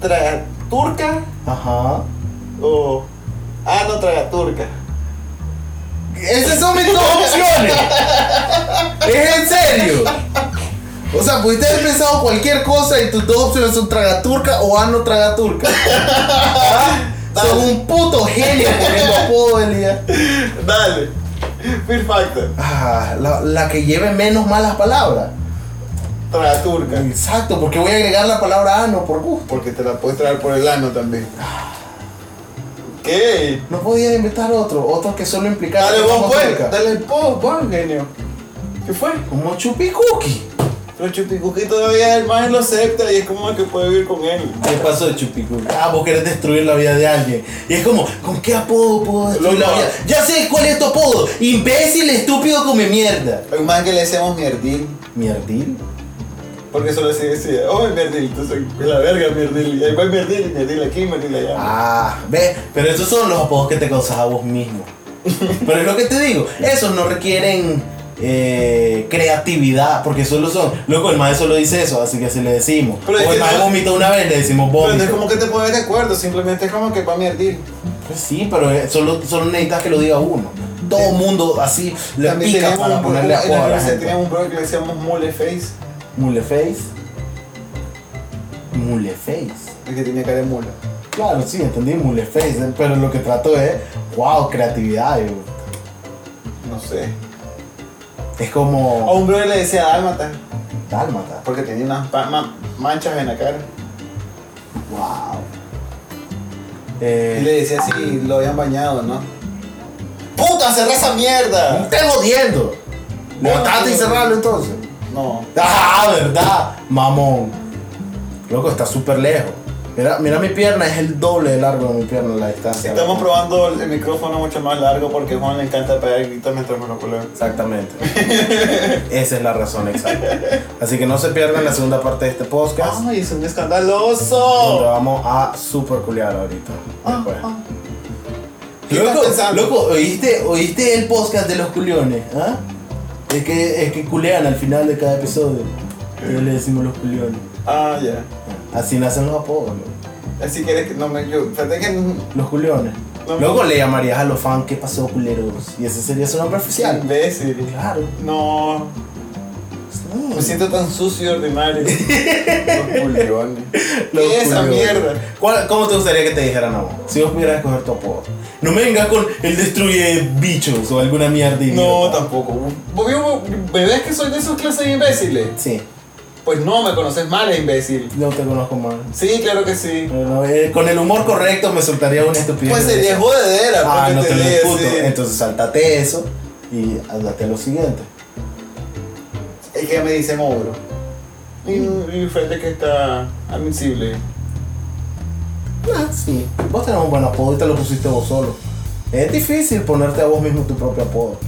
B: Traga turca
A: Ajá.
B: o. Ah, no, traga turca.
A: Esas son mis dos opciones. Es en serio. O sea, pudiste haber pensado cualquier cosa y tus dos opciones son tragaturca o ano tragaturca. ¿Ah? Son un puto genio poniendo apodo del día.
B: Dale, Fear Factor,
A: Ah, la, la que lleve menos malas palabras.
B: traga turca.
A: Exacto, porque voy a agregar la palabra ano por gusto.
B: Porque te la puedes traer por el ano también. ¿Qué?
A: No podía inventar otro, otro que solo implicara.
B: Dale
A: que
B: vos,
A: somos
B: pues.
A: turca.
B: Dale vos, vos, genio. ¿Qué fue?
A: Como chupi cookie.
B: Pero Chupicuqui todavía el man lo acepta y es como que puede vivir con él.
C: ¿Qué pasó de Chupicuqui?
A: Ah, vos querés destruir la vida de alguien. Y es como, ¿con qué apodo puedo destruir
B: Loco.
A: la vida? Ya sé cuál es tu apodo. Imbécil, estúpido, come mierda.
B: Hay un man que le decíamos mierdil.
A: ¿Mierdil?
B: Porque solo así decía, oh, mierdil, entonces la verga, mierdil. Y ahí va mierdil, y mierdil aquí, mierdil allá.
A: Ah, ve, pero esos son los apodos que te causas a vos mismo. Pero es lo que te digo, esos no requieren eh, creatividad, porque solo son. Loco, el maestro solo dice eso, así que así le decimos.
B: Pero es
A: o el
B: que
A: maestro
B: no-
A: vomita una vez, le decimos
B: Pero no es
A: vómito.
B: como que te pones de acuerdo, simplemente es como que va mierdil.
A: Pues sí, pero eh, solo, solo necesitas que lo diga uno. Todo el mundo así le pica para
B: un, en
A: ponerle
B: la
A: apodo a la
B: universidad
A: gente.
B: teníamos un programa que le decíamos mole face,
A: Muleface. Muleface.
B: el que tiene cara de mula.
A: Claro, sí, entendí Muleface, eh, pero lo que trato es, wow, creatividad. eh.
B: No sé.
A: Es como...
B: A un brother le decía dálmata,
A: Dálmata.
B: porque tenía unas pa- ma- manchas en la cara.
A: Wow.
B: Y
A: Eh,
B: le decía si lo habían bañado, ¿no? ¡Puta, cerrá esa mierda!
A: ¡Te jodiendo! ¿Botaste y cerrarlo entonces?
B: No.
A: ¡Ah, verdad! Mamón. Loco, está súper lejos. Mira, mira mi pierna, es el doble de largo de mi pierna la distancia.
B: Estamos probando el micrófono mucho más largo porque a Juan le encanta pegar gritos mientras me lo culeo.
A: Exactamente. Esa es la razón exacta. Así que no se pierdan la segunda parte de este podcast.
B: ¡Ay, es un
A: Donde
B: escandaloso!
A: vamos a super culiar ahorita.
B: Ah,
A: después.
B: ah. ¿Qué estás
A: Loco,
B: pensando?
A: loco, ¿oíste, ¿oíste el podcast de los culiones? ¿Ah? Es que, es que culean al final de cada episodio. Y le decimos los culiones.
B: Ah, ya.
A: Así nacen los apodos, loco.
B: Así que eres que no me. Yo, fíjate que.
A: Los culiones.
B: No.
A: Luego le llamarías a los fans qué pasó, culeros. Y ese sería su nombre oficial.
B: Imbécil.
A: Claro.
B: No.
A: Pues Sí.
B: Me siento tan sucio y ordinario. Los pulgones.
A: Los
B: ¿Qué es esa
A: culiones.
B: mierda?
A: ¿Cuál- ¿Cómo te gustaría que te dijeran a vos? Si vos pudieras escoger tu apodo. No me vengas con el destruye bichos o alguna mierda.
B: No,
A: idiota.
B: tampoco. ¿Vos vio- ¿Me ves que soy de esos clases de imbéciles?
A: Sí,
B: Pues no, me conoces mal, imbécil.
A: no te conozco más.
B: Sí, claro que sí.
A: Pero no, eh, con el humor correcto me soltaría una estupidez.
B: Pues
A: de
B: sería
A: esas.
B: jodedera.
A: Ah,
B: porque
A: no te lo
B: diga,
A: discuto.
B: sí.
A: Entonces saltate eso y hazte lo siguiente.
B: Es que me dicen ogro. Y, y frente que está admisible.
A: Ah, sí. Vos tenés un buen apodo y te lo pusiste vos solo. Es difícil ponerte a vos mismo tu propio apodo.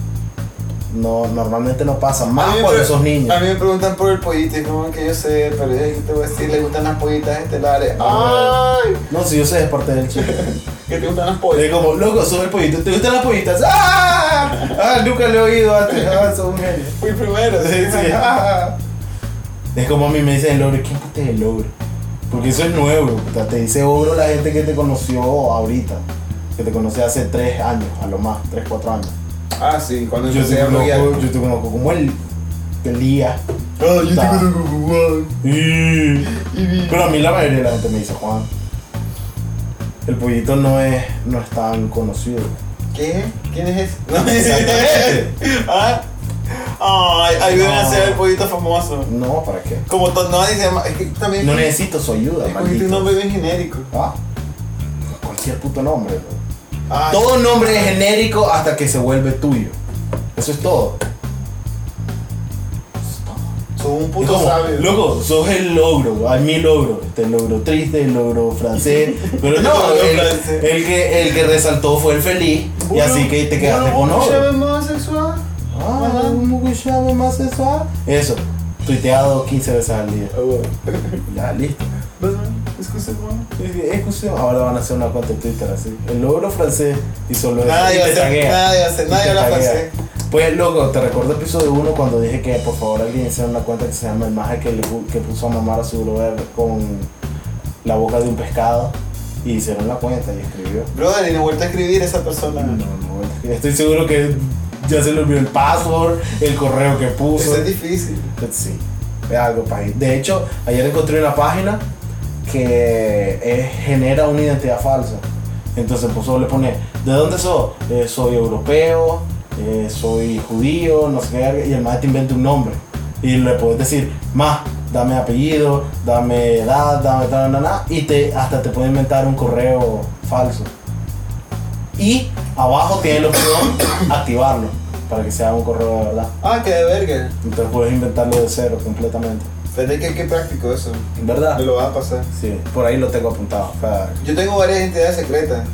A: No, normalmente no pasa.
B: A
A: Más
B: mí me
A: cuando
B: pre-
A: sos niño.
B: A mí me preguntan por el pollito y es como que yo sé, pero es que te voy a decir, le gustan las pollitas estelares.
A: Ah.
B: ¡Ay!
A: No, si yo sé, es parte del chiste.
B: Que te gustan las
A: Es
B: pollitas.
A: como, loco, sos el pollito. ¿Te gustan las pollitas? ¡Ah! ¡Ah! Nunca lo he oído antes. ¡Ah! Sos un genio.
B: Fui primero.
A: Sí, sí. ¡Ah! Es como a mí me dicen el ogro. ¿Quién puta es el ogro? Porque eso es nuevo. puta. Te dice ogro la gente que te conoció ahorita. Que te conoció hace tres años, a lo más. Tres, cuatro años.
B: Ah, sí, cuando
A: Yo
B: empecé
A: te
B: a bloguear.
A: conozco, yo te conozco como el Elías.
B: Ah, yo
A: Ta.
B: como Juan.
A: Pero a mí la mayoría de la gente me dice Juan. El pollito no es, no es tan conocido.
B: ¿Qué? ¿Quién es ese? No me ¿Ah? Ay, ayúdenme a
A: No.
B: hacer el pollito famoso.
A: No, ¿para qué?
B: Como to- no dice, ma- es que también.
A: No necesito su ayuda,
B: Escogiste un
A: maldito.
B: nombre bien genérico.
A: Ah, cualquier puto nombre. bro.
B: Ay,
A: Todo nombre es genérico hasta que se vuelve tuyo. Eso es todo.
B: Sos un
A: Es
B: puto
A: como,
B: sabio.
A: Loco, sos el logro, hay mil logros. Este el logro triste, el logro francés. Pero no,
B: Logro
A: el,
B: francés.
A: el que, el que resaltó fue el feliz. Y así que te quedaste con
B: ¿Cómo
A: ogro.
B: más sexual?
A: Ah, ¿cómo que llame más eso? ah. Eso, tuiteado 15 veces al día. Ya, listo. Excuse, ahora van a hacer una cuenta de Twitter así. El logro francés y solo eso.
B: Nadie
A: y
B: va a
A: te
B: hacer,
A: taguea.
B: nadie va a hacer,
A: Y
B: nadie
A: te
B: la
A: taguea.
B: pasé.
A: Pues loco, te recuerdo episodio 1 cuando dije que por favor alguien hiciera una cuenta que se llama el maje que, le pu- que puso a mamar a su brother con la boca de un pescado y hicieron la cuenta y escribió.
B: Brother, y no he vuelto a escribir esa persona.
A: No, no, estoy seguro que ya se le olvidó el password, el correo que puso.
B: Eso es difícil.
A: Sí, es algo país. De hecho, ayer encontré una página que eh, genera una identidad falsa. Entonces pues, solo le pone, ¿de dónde sos? Eh, soy europeo, eh, soy judío, no sé qué, verga", y el maestro te inventa un nombre. Y le puedes decir, más, dame apellido, dame edad, dame tal, na, na", y te, hasta te puede inventar un correo falso. Y abajo tiene la opción activarlo. para que sea un correo de verdad.
B: Ah, que de verga.
A: Entonces puedes inventarlo de cero completamente.
B: Fíjate que, que práctico eso.
A: ¿Verdad?
B: Me lo va a pasar.
A: Sí, por ahí lo tengo apuntado. Fuck.
B: Yo tengo varias entidades secretas.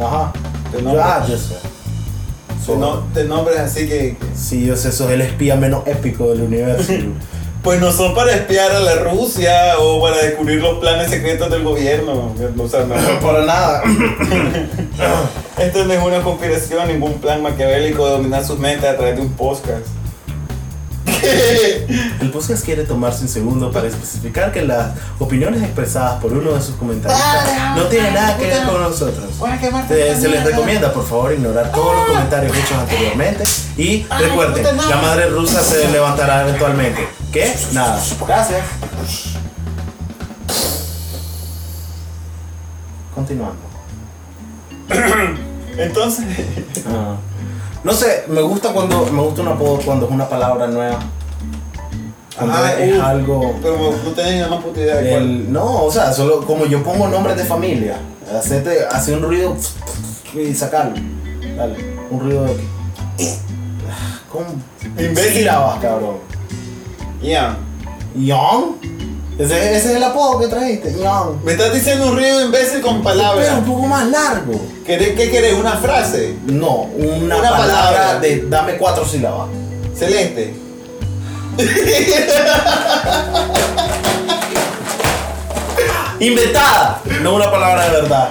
A: Ajá.
B: Te
A: Yo, ah,
B: nombres,
A: yo sé.
B: te
A: So-
B: no- te nombres así que. que-
A: Sí, yo sé, sos el espía menos épico del universo.
B: Pues no son para espiar a la Rusia o para descubrir los planes secretos del gobierno. O sea, no.
A: para nada.
B: Esto no es una conspiración, ningún plan maquiavélico de dominar sus metas a través de un podcast.
A: El podcast quiere tomarse un segundo para especificar que las opiniones expresadas por uno de sus comentaristas no tienen nada que ver con nosotros. Eh, se les recomienda, por favor, ignorar todos los comentarios hechos anteriormente. Y recuerden, la madre rusa se levantará eventualmente. ¿Qué? Nada. Gracias. Continuando.
B: Entonces,
A: Ah. No sé, me gusta cuando me gusta un apodo cuando es una palabra nueva. Cuando
B: Ah,
A: es
B: uh,
A: algo.
B: pero no tenés la más puta idea de cuál.
A: el- no, o sea, solo como yo pongo nombres de familia, hacerte, hace un ruido y sacarlo. Dale, un ruido de. Ah, ¿Cómo?
B: Imbécil.
A: Sílabas, cabrón.
B: Ya.
A: ¿Young? Ese, ese es el apodo que trajiste, Young.
B: Me estás diciendo un río imbécil con
A: Pero
B: palabras.
A: un poco más largo.
B: ¿Querés, ¿Qué querés? ¿Una frase?
A: No, una,
B: Una
A: palabra,
B: palabra.
A: de dame cuatro sílabas.
B: Celeste.
A: Inventada, no una palabra de verdad.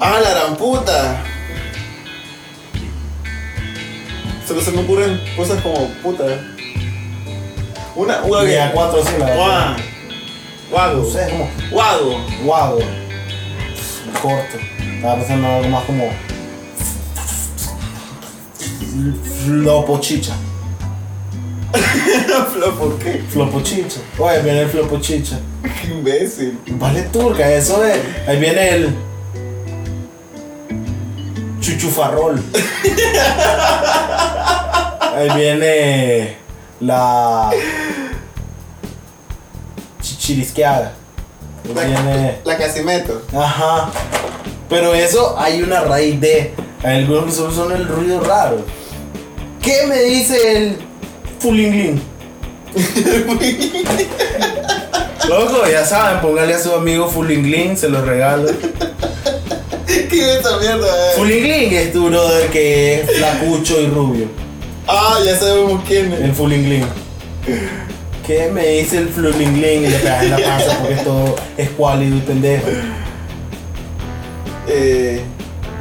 B: ¡Ah, la gran puta! Solo se me ocurren cosas como puta. Una, una
A: Y a cuatro este. sílabas.
B: Guau.
A: No
B: Guago.
A: sé, como
B: Guago.
A: guado. Corto. Estaba pensando en algo más como. Flopochicha.
B: Flo, ¿Por qué?
A: Flopochicha. Oye, viene el flopochicha.
B: Qué imbécil.
A: Vale turca, eso es. Ahí viene el. Chuchufarrol. Ahí viene. La. Chichirisqueada. Ahí
B: La,
A: viene.
B: la Casimeto.
A: Ajá. Pero eso hay una raíz de. Algunos que solo son el ruido raro. ¿Qué me dice el fulinglin? Loco, ya saben, póngale a su amigo fulinglin, se los regalo.
B: ¿Qué es esa mierda? eh?
A: Fulinglin es tu brother que es flacucho y rubio.
B: Ah, ya sabemos quién es.
A: El fulinglin. ¿Qué me dice el fulinglin? Y le pegas en la panza porque es todo escuálido y pendejo.
B: Eh,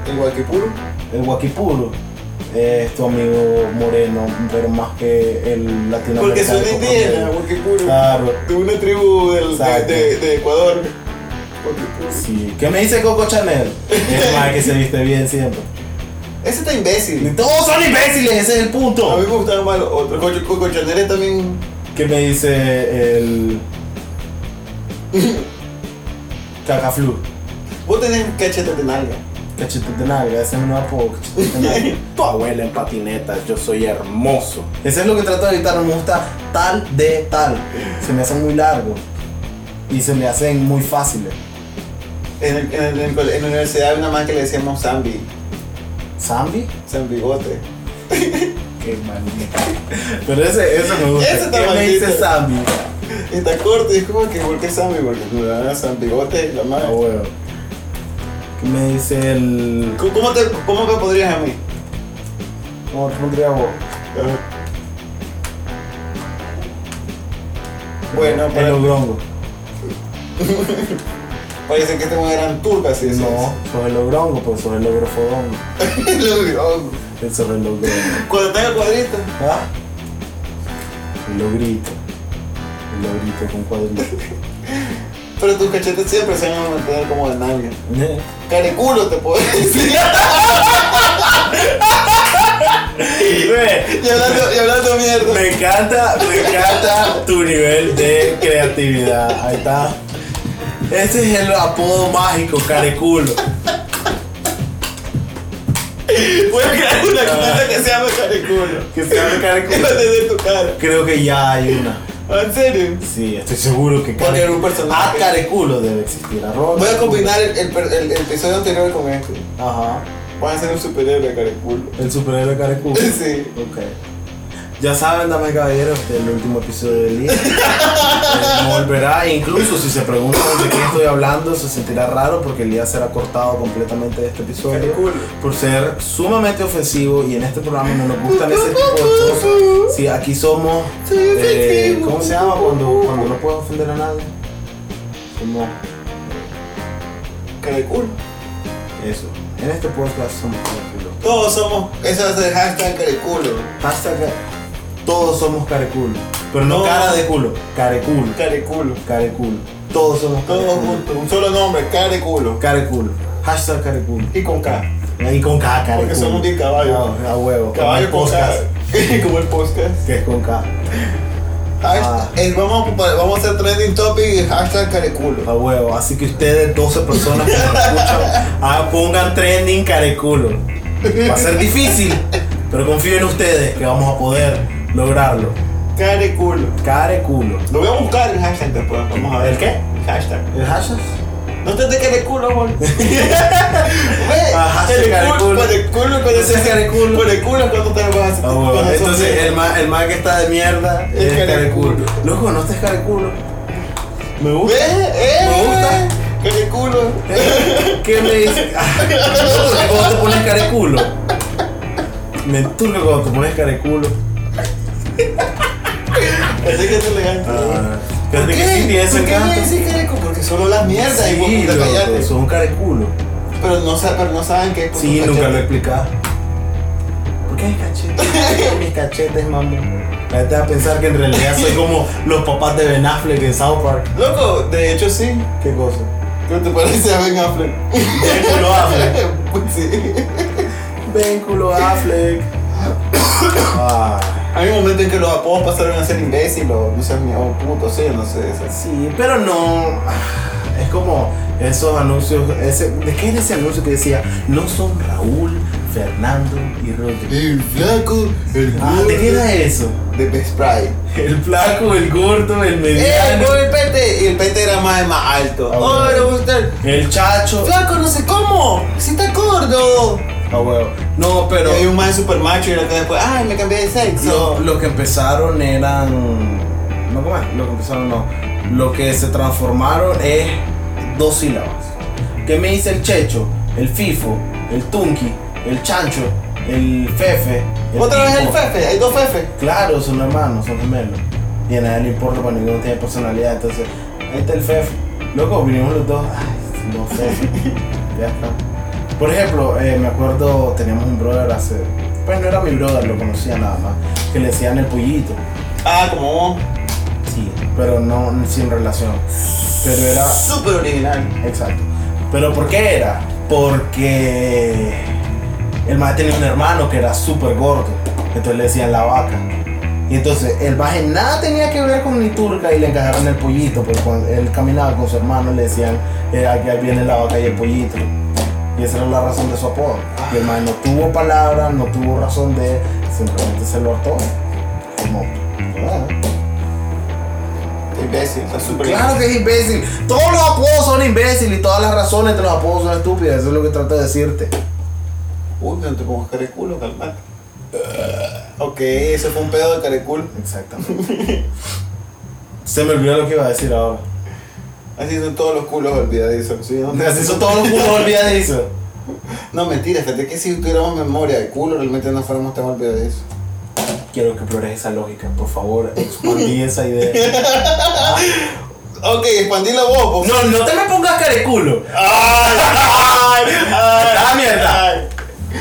B: el Guaquipuro.
A: El Guaquipuro es tu amigo moreno, pero más que el latinoamericano.
B: Porque son
A: promedio.
B: indígenas, Guaquipuro.
A: Claro.
B: De una tribu del, de,
A: Ah. Exacto.
B: de- de Ecuador. Guaquipuro.
A: Sí. ¿Qué me dice Coco Chanel? Es más que se viste bien siempre.
B: Ese está imbécil.
A: Y todos son imbéciles, ese es el
B: A mí
A: punto.
B: me gustaron más los otros. Coco, Coco Chanel es también.
A: ¿Qué me dice el. Cacaflu?
B: Vos tenés cachete de nalga.
A: Cachete de nalga, ese es un apodo. Cachete de nalga. Tu abuela en patinetas, yo soy hermoso. Ese es lo que trato de evitar, no me gusta tal de tal. Se me hacen muy largos y se me hacen muy fáciles.
B: En, el- en, el- en el cole- en la universidad había una más que le decíamos Zambi.
A: ¿Zambi?
B: Zambigote.
A: Qué maldito. Pero ese, eso me gusta.
B: Ese está
A: ¿Qué me
B: maldito.
A: dice Zambi?
B: Y está corto y es como que, ¿por qué Zambi? Porque no era Zambigote, la
A: Ah,
B: madre.
A: huevo. ¿Qué me dice el.
B: ¿Cómo- ¿Cómo, te, ¿Cómo me podrías a mí?
A: ¿Cómo te pondría vos?
B: Bueno,
A: El
B: pero
A: ogrongo.
B: parece que este mujer eran turcas y eso.
A: No, sos el ogrongo, pues sos el ogrofodongo. Eso es el ogrongo.
B: Cuando está en el cuadrito.
A: ¿Ah? El logrito. El logrito con cuadrito.
B: Pero tus cachetes siempre se van a mantener como de nalga.
A: Eh,
B: Cariculo te puedo decir. y, hablando, y hablando mierda.
A: Me encanta, me encanta tu nivel de creatividad. Ahí está. Ese es el apodo mágico, careculo.
B: Voy a crear una
A: Ah.
B: cuenta que se llama Cariculo.
A: Que se llame
B: Que
A: careculo.
B: va a tener tu cara.
A: Creo que ya hay una.
B: Ah, ¿En serio?
A: Sí, estoy seguro que
B: Porque era un
A: Ah,
B: personaje.
A: careculo debe existir. Arroz.
B: Voy a combinar el, el- el- el episodio anterior con este.
A: Ajá.
B: Van a ser un superhéroe, cariculo.
A: El superhéroe Caraculo.
B: Sí.
A: Ok. Ya saben, damas y caballeros, este es el último episodio del día. Eh, Volverá, e incluso si se preguntan de qué estoy hablando, se sentirá raro porque el día será cortado completamente de este episodio
B: Cariculo.
A: por ser sumamente ofensivo y en este programa no nos gustan ese tipo de cosas. Si aquí somos, eh, ¿cómo se llama cuando, cuando no puedes ofender a nadie? Somos
B: Cariculo.
A: eso. En este podcast somos caraculo.
B: Todos somos. Eso es el hashtag cariculo.
A: Hashtag todos somos careculo. Pero no
B: Todos.
A: cara de culo, careculo.
B: Cariculo.
A: Careculo. Todos somos
B: Todos
A: careculo.
B: juntos. Un solo nombre, cariculo.
A: Careculo. Hashtag careculo.
B: Y con K.
A: Y con K, careculo.
B: Porque somos de caballo.
A: No, a huevo.
B: Caballo
A: como
B: con
A: el
B: K.
A: podcast,
B: Como el podcast.
A: Que es con K. Ah.
B: Hashtag- eh, vamos, a- vamos a hacer trending topic y hashtag cariculo.
A: A huevo. Así que ustedes, 12 personas que nos escuchan, ah, pongan trending careculo. Va a ser difícil, pero confío en ustedes que vamos a poder lograrlo.
B: Cariculo.
A: Careculo.
B: Lo voy a buscar el hashtag después. pues, Vamos a ver.
A: ¿El qué?
B: Hashtag.
A: ¿El hashtag?
B: No te dejes de culo, amor. Ve,
A: Ah, hashtag cariculo.
B: Cariculo. Cariculo, cuando
A: Hashtag
B: se-
A: cariculo.
B: Cariculo, cuando te
A: Ah,
B: vas
A: bueno,
B: cuando sos-
A: Entonces el más, el ma que está de mierda
B: Es
A: es
B: careculo.
A: careculo. Loco, no estés careculo. Me
B: Ve, eh,
A: Me gusta.
B: Cariculo.
A: Eh, ¿Qué me dices? Me cuando te pones careculo. Me enturca cuando te pones careculo.
B: Así que es elegante.
A: Ah,
B: ¿Por
A: Fíjate que sí tiene ese
B: ¿Por qué me
A: encanto.
B: decís cariculo? Porque solo las mierdas y vos
A: Sí,
B: puta,
A: loco,
B: callate.
A: sos un careculo.
B: Pero no, sa- pero no saben qué es.
A: Sí,
B: puta,
A: nunca
B: cachete.
A: lo he explicado. ¿Por qué mis cachetes? mis cachetes, mamón. La gente va a pensar que en realidad soy como los papás de Ben Affleck en South Park.
B: Loco, de hecho sí.
A: ¿Qué cosa?
B: ¿Qué te parece a Ben Affleck?
A: Ben culo Affleck.
B: Pues sí.
A: Ben culo Affleck. Ah.
B: Hay un momento en que los apodos pasaron a ser imbécil o no sé, mi- o puto, sí, no sé. esas-
A: Sí, pero no. Es como esos anuncios. Ese, ¿De qué era ese anuncio que decía? No son Raúl, Fernando y Rodrigo.
B: El flaco, el
A: Ah, ¿De qué era eso?
B: De Best Pride.
A: El flaco, el gordo, el
B: ¡Eh,
A: mediano,
B: no, el pete! Y el pete era más, más alto.
A: Ah,
B: ¡Oh,
A: bueno.
B: era usted!
A: el chacho.
B: ¡Flaco, no sé cómo! ¡Si está gordo!
A: Ah, huevo. No, pero
B: y hay un más super macho y el otro después, ¡ay, me cambié de
A: lo,
B: sexo!
A: lo que empezaron eran. No, ¿cómo es? Lo que empezaron no. Lo que se transformaron es dos sílabas. ¿Qué me dice el checho? El fifo, el tunqui, el chancho, el fefe. el
B: Otra vez el
A: pipo?
B: fefe, hay dos fefes.
A: Claro, son hermanos, son gemelos. Y a nadie le importa cuando ninguno tiene personalidad. Entonces, ahí está el Fef. Loco, vinimos los dos. Ay, no sé. ya está. Por ejemplo, eh, me acuerdo, teníamos un brother hace. Pues no era mi brother, lo conocía nada más. Que le decían el pollito.
B: Ah, como
A: Sí. Pero no sin relación. Pero era.
B: súper original.
A: Exacto. Pero ¿por qué era? Porque el más tenía un hermano que era súper gordo. Entonces le decían la vaca. Y entonces el más en nada tenía que ver con Niturca y le encajaron el pollito. Porque cuando él caminaba con su hermano le decían, eh, aquí ahí viene la vaca y el pollito. Y esa era la razón de su apodo. Y el más no tuvo palabra, no tuvo razón de, simplemente se lo hartó. Como, ah.
B: Imbécil, está súper
A: Claro que es imbécil. Todos los apodos son imbéciles y todas las razones de los apodos son estúpidas. Eso es lo que trato de decirte.
B: Uy, no te pongas careculo, calmate. Ok, ese fue un pedo de careculo.
A: Exactamente. Se me olvidó lo que iba a decir ahora.
B: Así son todos los culos olvidadizos. ¿sí? ¿No?
A: Así son todos los culos olvidadizos.
B: No, mentira, fíjate que si tuviéramos memoria de culo, realmente no fuéramos tan olvidadizos.
A: Quiero que explores esa lógica, por favor. Expandí esa idea.
B: Ok, expandí la voz, po.
A: No, no te me pongas careculo.
B: ¡Ay! ¡Ay! ¡Ay!
A: Ah, mierda.
B: ay.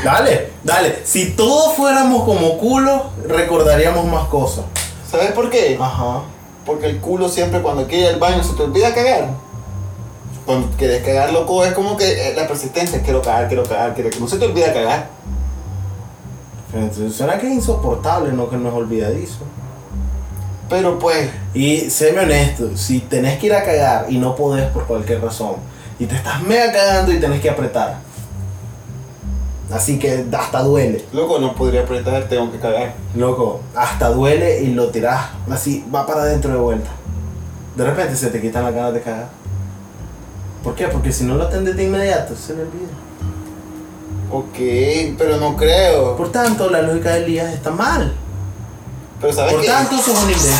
A: Dale, dale. Si todos fuéramos como culos, recordaríamos más cosas.
B: ¿Sabes por qué?
A: Ajá.
B: Porque el culo siempre cuando quiere ir al baño se te olvida cagar. Cuando quieres cagar, loco, es como que eh, la persistencia, quiero cagar, quiero cagar, quiero No se te olvida cagar.
A: Entonces, Suena que es insoportable, no que no es olvidadizo.
B: Pero pues,
A: Y séme honesto, si tenés que ir a cagar y no podés por cualquier razón, y te estás mega cagando y tenés que apretar. Así que hasta duele,
B: loco, no podría apretar, tengo que cagar.
A: loco. Hasta duele y lo tirás así, va para adentro de vuelta. De repente se te quitan las ganas de cagar. ¿Por qué? Porque si no lo atendés de inmediato, se le olvida.
B: Ok, pero no creo.
A: Por tanto, la lógica de Elías está mal.
B: Pero sabes
A: Por
B: que.
A: tanto, sos un imbécil.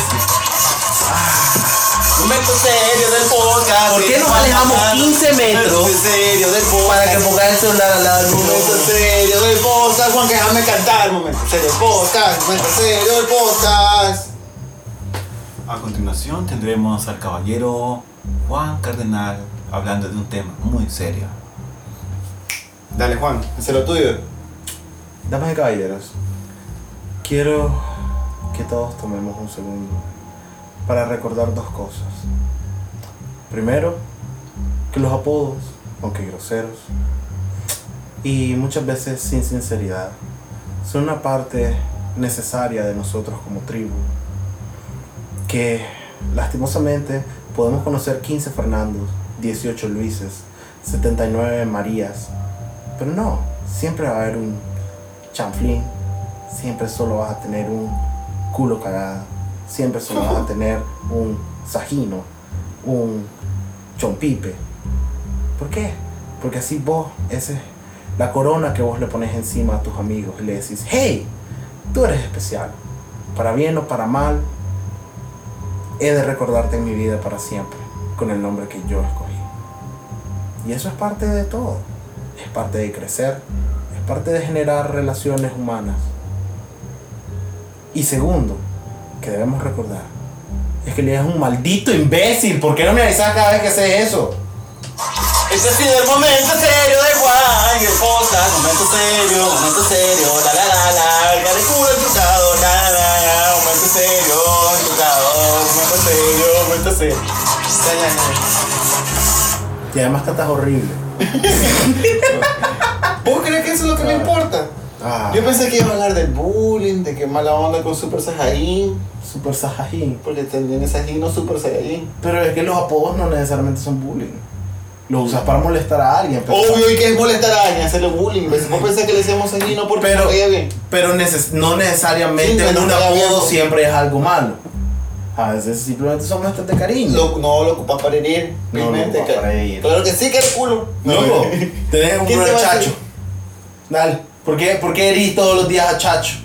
B: Momento serio del podcast.
A: ¿Por qué nos alejamos 15 metros?
B: Momento serio del podcast.
A: Para que pongas el celular al lado del
B: Momento
A: mundo.
B: serio del podcast. Juan, que déjame cantar. Momento serio del podcast. Momento serio del podcast.
C: A continuación tendremos al caballero Juan Cardenal hablando de un tema muy serio.
B: Dale, Juan, es lo tuyo.
A: Damas y caballeros, quiero que todos tomemos un segundo para recordar dos cosas. Primero, que los apodos, aunque groseros, y muchas veces sin sinceridad, son una parte necesaria de nosotros como tribu, que lastimosamente podemos conocer 15 Fernandos, 18 Luises, 79 Marías, pero no, siempre va a haber un chanflín, siempre solo vas a tener un culo cagada, siempre solo vas a tener un sajino, un chompipe. ¿Por qué? Porque así vos, esa es la corona que vos le pones encima a tus amigos y le decís, hey, tú eres especial, para bien o para mal, he de recordarte en mi vida para siempre con el nombre que yo escogí. Y eso es parte de todo, es parte de crecer, es parte de generar relaciones humanas. Y segundo, que debemos recordar, es que le es un maldito imbécil. ¿Por qué no me avisas cada vez que haces eso?
B: Este ha sido el momento serio de Juan y el podcast. Momento serio, momento serio, la la la la. Carga el culo enchucado, la la la la. Momento serio, enchucado, momento serio, momento serio. Ya, ya,
A: Y
B: ya.
A: además cantas horrible.
B: ¿Vos crees que eso es lo que me importa?
A: Ah,
B: Yo pensé que iba a hablar del bullying, de que mala onda con Super Saiyajin,
A: super saiyajin.
B: porque también es Saiyajin no Super Saiyajin.
A: Pero es que los apodos no necesariamente son bullying. Los usas para molestar a alguien. pero-
B: Obvio, y que es molestar a alguien hacerle bullying. ¿ves? ¿Vos pensás que le decíamos Saiyajin no porque
A: Pero-
B: no caía bien?
A: Pero neces- no
B: Sí,
A: necesariamente
B: pero
A: un
B: no está
A: apodo
B: bien.
A: siempre es algo malo. A veces simplemente son muestras de cariño.
B: Lo- no lo ocupas para herir,
A: No lo
B: realmente,
A: ocupas
B: ca-
A: para herir.
B: Claro que sí, que el culo.
A: Loco, tenés un
B: ¿Quién te va a
A: chacho.
B: decir?
A: Dale, ¿por qué, por qué herís todos los días a Chacho?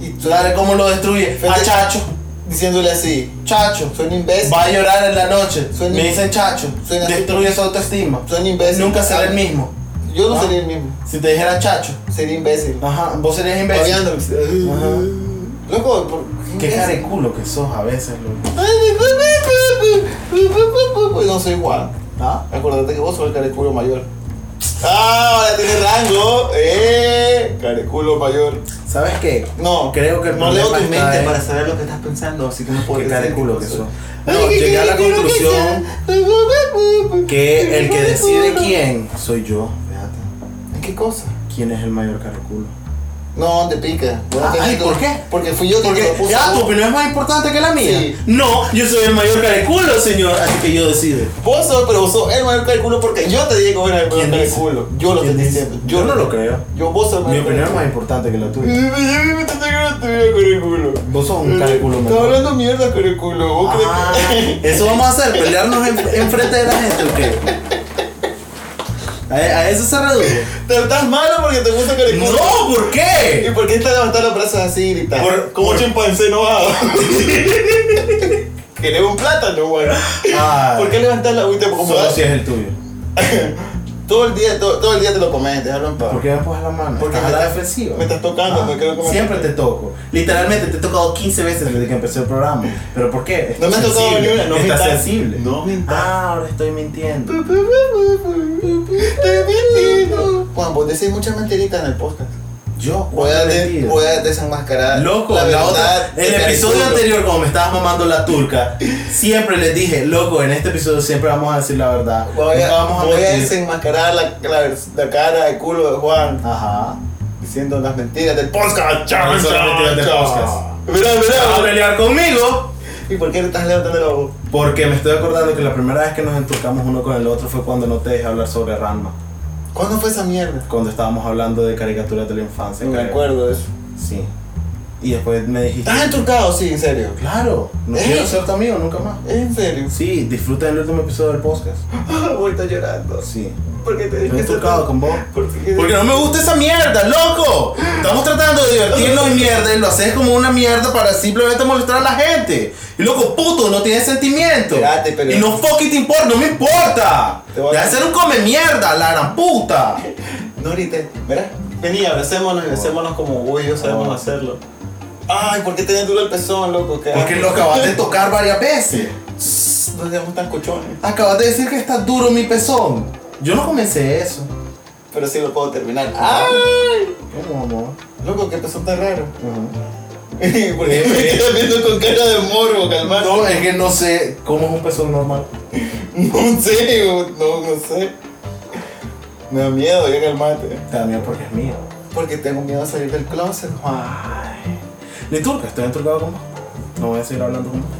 B: Y tú
A: Dale, ¿cómo lo destruye? A
B: Fíjate-
A: Chacho,
B: diciéndole así,
A: Chacho.
B: soy un imbécil.
A: Va a llorar en la noche.
B: Suena-
A: Me dicen Chacho.
B: Suena-
A: Destruye su autoestima.
B: Soy un imbécil.
A: Nunca será
B: Ah,
A: el mismo.
B: Yo no
A: Ah.
B: sería el mismo,
A: Si te dijera Chacho,
B: sería imbécil.
A: ajá, vos serías imbécil.
B: Babeándome. Loco, ¿por
A: Qué
B: imbécil?
A: careculo que sos a veces, loco.
B: Pues no soy Juan.
A: ¿Ah?
B: Acuérdate que vos sos el careculo mayor. Ah, ahora tiene rango. Eh, careculo mayor.
A: ¿Sabes qué?
B: No,
A: Creo que el
B: no leo tu
A: problema
B: mente
A: está en-
B: para saber lo que estás pensando, así que no puedo
A: Qué
B: decir
A: careculo que
B: cosa.
A: sos.
B: Ay,
A: No,
B: que-
A: llegué a la
B: que- que-
A: conclusión
B: que-
A: que el que decide
B: careculo.
A: quién soy yo. Fíjate.
B: ¿En qué cosa?
A: ¿Quién es el mayor careculo?
B: No, te pica. Bueno,
A: Ah,
B: te
A: ay,
B: pico.
A: ¿por qué?
B: Porque fui yo quien te
A: Porque
B: lo puse.
A: ya tu opinión es más importante que la mía.
B: Sí.
A: No, yo soy el mayor careculo, señor, así que yo decido.
B: Vos sos, pero vos sos el mayor careculo porque yo te dije que vos eras el mayor
A: ¿Quién dice?
B: careculo. Yo lo
A: ¿Quién
B: estoy
A: dice?
B: diciendo.
A: Yo no lo creo.
B: Yo vos sos el
A: Mi
B: mayor
A: opinión es más
B: careculo.
A: importante que la tuya.
B: Yo me estoy sacando tu vida, careculo.
A: Vos sos un careculo
B: Estás
A: menor.
B: Mm, hablando mierda, careculo. ¿Vos crees
A: Ah,
B: que.?
A: eso vamos a hacer, pelearnos en, frente de la gente, ¿o qué? A, a eso se reduce.
B: Te estás malo porque te gusta careculo.
A: No, ¿por
B: ¿Y
A: qué?
B: por qué estás levantando los brazos así y gritas?
A: Por-
B: Como
A: por-
B: un chimpancé enojado. Querés un plátano, weón.
A: Ah,
B: ¿Por qué levantas la agüita como
A: solo si es el tuyo.
B: todo el día, todo, todo el día te lo comes, déjalo en paz.
A: ¿Por qué me pones la mano? Porque
B: Porque
A: a
B: me
A: la
B: estás-
A: defensiva.
B: me estás tocando, me creo que me-
A: Siempre te toco. Literalmente te he tocado 15 veces desde que empezó el programa. ¿Pero por qué?
B: No me has
A: Estás
B: tocado
A: sensible.
B: ni una, no me
A: Estás
B: estás-
A: sensible.
B: no me estás-
A: Ah, ahora estoy mintiendo.
B: Juan, vos decís muchas mentiritas en el podcast.
A: Yo,
B: Voy a,
A: ¿cuál
B: de-
A: mentira?
B: voy a desenmascarar.
A: Loco,
B: la
A: la,
B: verdad
A: otra,
B: de
A: el
B: Careculo.
A: episodio anterior, cuando me estabas mamando la turca, siempre les dije, loco, en este episodio siempre vamos a decir la verdad.
B: Voy a,
A: Nunca vamos a
B: voy a
A: mentir".
B: desenmascarar la, la, la cara de culo de Juan
A: Ajá.
B: diciendo las mentiras del podcast.
A: No
B: Chan,
A: son las
B: chan,
A: mentiras del
B: chan.
A: podcast.
B: Mirá,
A: ¿Vas a
B: mirá.
A: pelear conmigo?
B: ¿Y por qué estás levantando la voz?
A: Porque me estoy acordando que la primera vez que nos enturcamos uno con el otro fue cuando no te dejé hablar sobre Ranma.
B: ¿Cuándo fue esa mierda?
A: Cuando estábamos hablando de caricaturas de la infancia.
B: No me
A: creo.
B: acuerdo de eso.
A: Sí. Y después me dijiste.
B: ¿Estás enturcado? Sí, en serio.
A: Claro, no
B: Ah. ¿Eh?
A: quiero ser tu amigo nunca más.
B: En serio. Ah,
A: Sí, disfruta del último episodio del podcast.
B: Voy a estar llorando.
A: Sí.
B: Porque te
A: Me he tocado con vos.
B: ¿Por qué?
A: Porque no me gusta esa mierda, loco. Estamos tratando de divertirnos en mierda y lo haces como una mierda para simplemente molestar a la gente. Y loco, puto, no tienes sentimiento.
B: Espérate, pero-
A: Y no fucking te importa, no me importa.
B: Te voy a-
A: De hacer un come mierda, la gran puta.
B: No grites, ¿verdad? Vení, abracémonos y besémonos como vos y yo sabemos
A: Oh.
B: hacerlo. Ay, ¿por qué tenés duro el pezón, loco? ¿Qué
A: Porque
B: haces?
A: lo acabas de tocar varias veces.
B: No seamos tan cochones.
A: Acabas de decir que está duro mi pezón. Yo no comencé eso.
B: Pero sí lo puedo terminar.
A: Ah.
B: Ah. ¡Ay!
A: ¿Cómo, amor?
B: Loco, qué pezón tan raro.
A: Ujú.
B: Porque Eh, me quedas viendo con cara de morbo, calmar.
A: No, es que no sé cómo es un pezón normal.
B: No sé, no, no sé. Me da miedo, ya calmate.
A: También porque es mío.
B: Porque tengo miedo a salir del closet, Juan.
A: Ay. Ni turca, estoy enturcado con vos. No voy a seguir hablando con vos.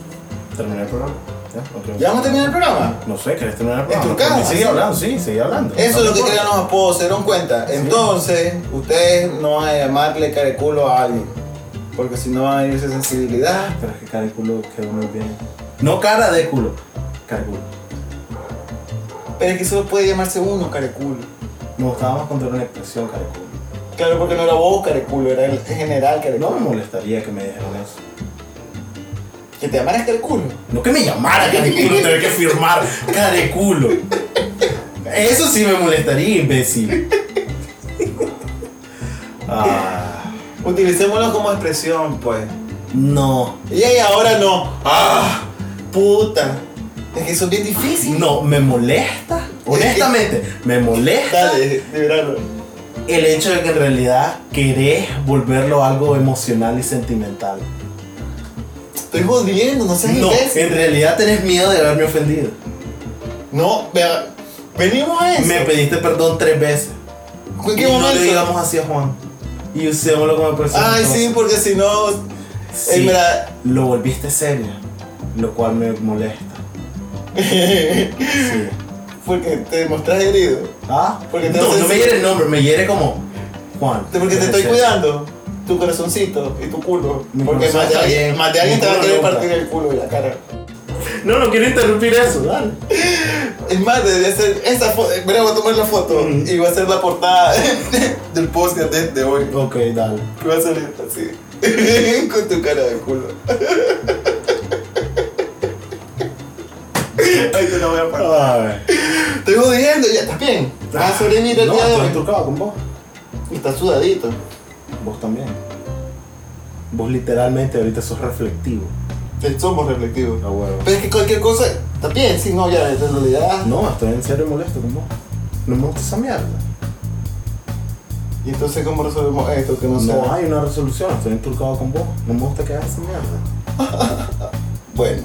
A: Terminé el programa. ¿Ya? ok.
B: ¿Ya vamos a terminar el programa?
A: No sé, ¿querés terminar el programa?
B: ¿Enturcado?
A: Porque Seguí hablando, sí, seguí hablando.
B: Eso
A: No
B: es lo que
A: importa.
B: crean los apodos, se dieron cuenta. Entonces, ustedes no van a llamarle careculo a alguien. Porque si no van a irse sensibilidad.
A: Pero es que cara de culo quedó muy bien. No cara de culo. Cara de culo.
B: Pero es que solo puede llamarse uno careculo.
A: Me gustaba más contar una expresión cara de culo.
B: Claro, porque no era vos careculo, era el general
A: No
B: careculo.
A: me molestaría que me dijeran eso.
B: Que te llamaras careculo.
A: No que me llamara cara de culo, tener que firmar cara de culo. Eso sí me molestaría, imbécil. Ah,
B: Utilicémoslo como expresión, pues.
A: no.
B: Y ahí ahora no. ¡Ah! Puta. Es que eso es bien difícil.
A: No, me molesta, honestamente, me molesta
B: Dale, de verano.
A: el hecho de que en realidad querés volverlo algo emocional y sentimental.
B: Estoy jodiendo, no seas
A: No, eh.
B: imbécil.
A: en realidad tenés miedo de haberme ofendido.
B: No, vea. Venimos a eso.
A: Me pediste perdón tres veces.
B: ¿En
A: Y
B: qué
A: no
B: momento?
A: le digamos así a Juan. Y usémoslo como persona.
B: Ay, sí, porque si no. eh,
A: Sí,
B: en verdad.
A: Lo volviste serio, lo cual me molesta. Sí.
B: porque te mostras herido.
A: ¿Ah?
B: Porque te
A: no,
B: haces-
A: no me hiere el nombre, me hiere como Juan.
B: Porque te
A: eres
B: estoy
A: serio.
B: cuidando. Tu corazoncito y tu culo.
A: Mi
B: porque
A: corazón
B: más de,
A: está
B: alguien,
A: bien.
B: más de alguien
A: Mi
B: te va a
A: culo
B: querer
A: nunca.
B: partir el culo y la cara.
A: No, no quiero interrumpir eso, dale.
B: Es más, debería ser esa foto. Mira, voy a tomar la foto
A: Ujú.
B: y va a ser la portada del podcast de, de hoy.
A: Ok, dale.
B: Que va a salir así. Con tu cara de culo. Ahí te la voy a parar. Ah,
A: Ay.
B: Estoy jodiendo, ya estás bien. Vas a sobrevivir el
A: no,
B: día de
A: estoy
B: hoy.
A: enturcado con vos.
B: Y Estás sudadito.
A: Vos también. Vos literalmente ahorita sos reflectivo.
B: Somos reflectivos.
A: A huevo.
B: Pero es que cualquier cosa. Está bien, sí, no, ya, en realidad.
A: No, estoy en serio molesto con vos. No me gusta esa mierda.
B: Y entonces, ¿cómo resolvemos esto? Que no,
A: No,
B: sea.
A: hay una resolución, estoy enturcado con vos. No me gusta que hagas esa mierda.
B: Bueno.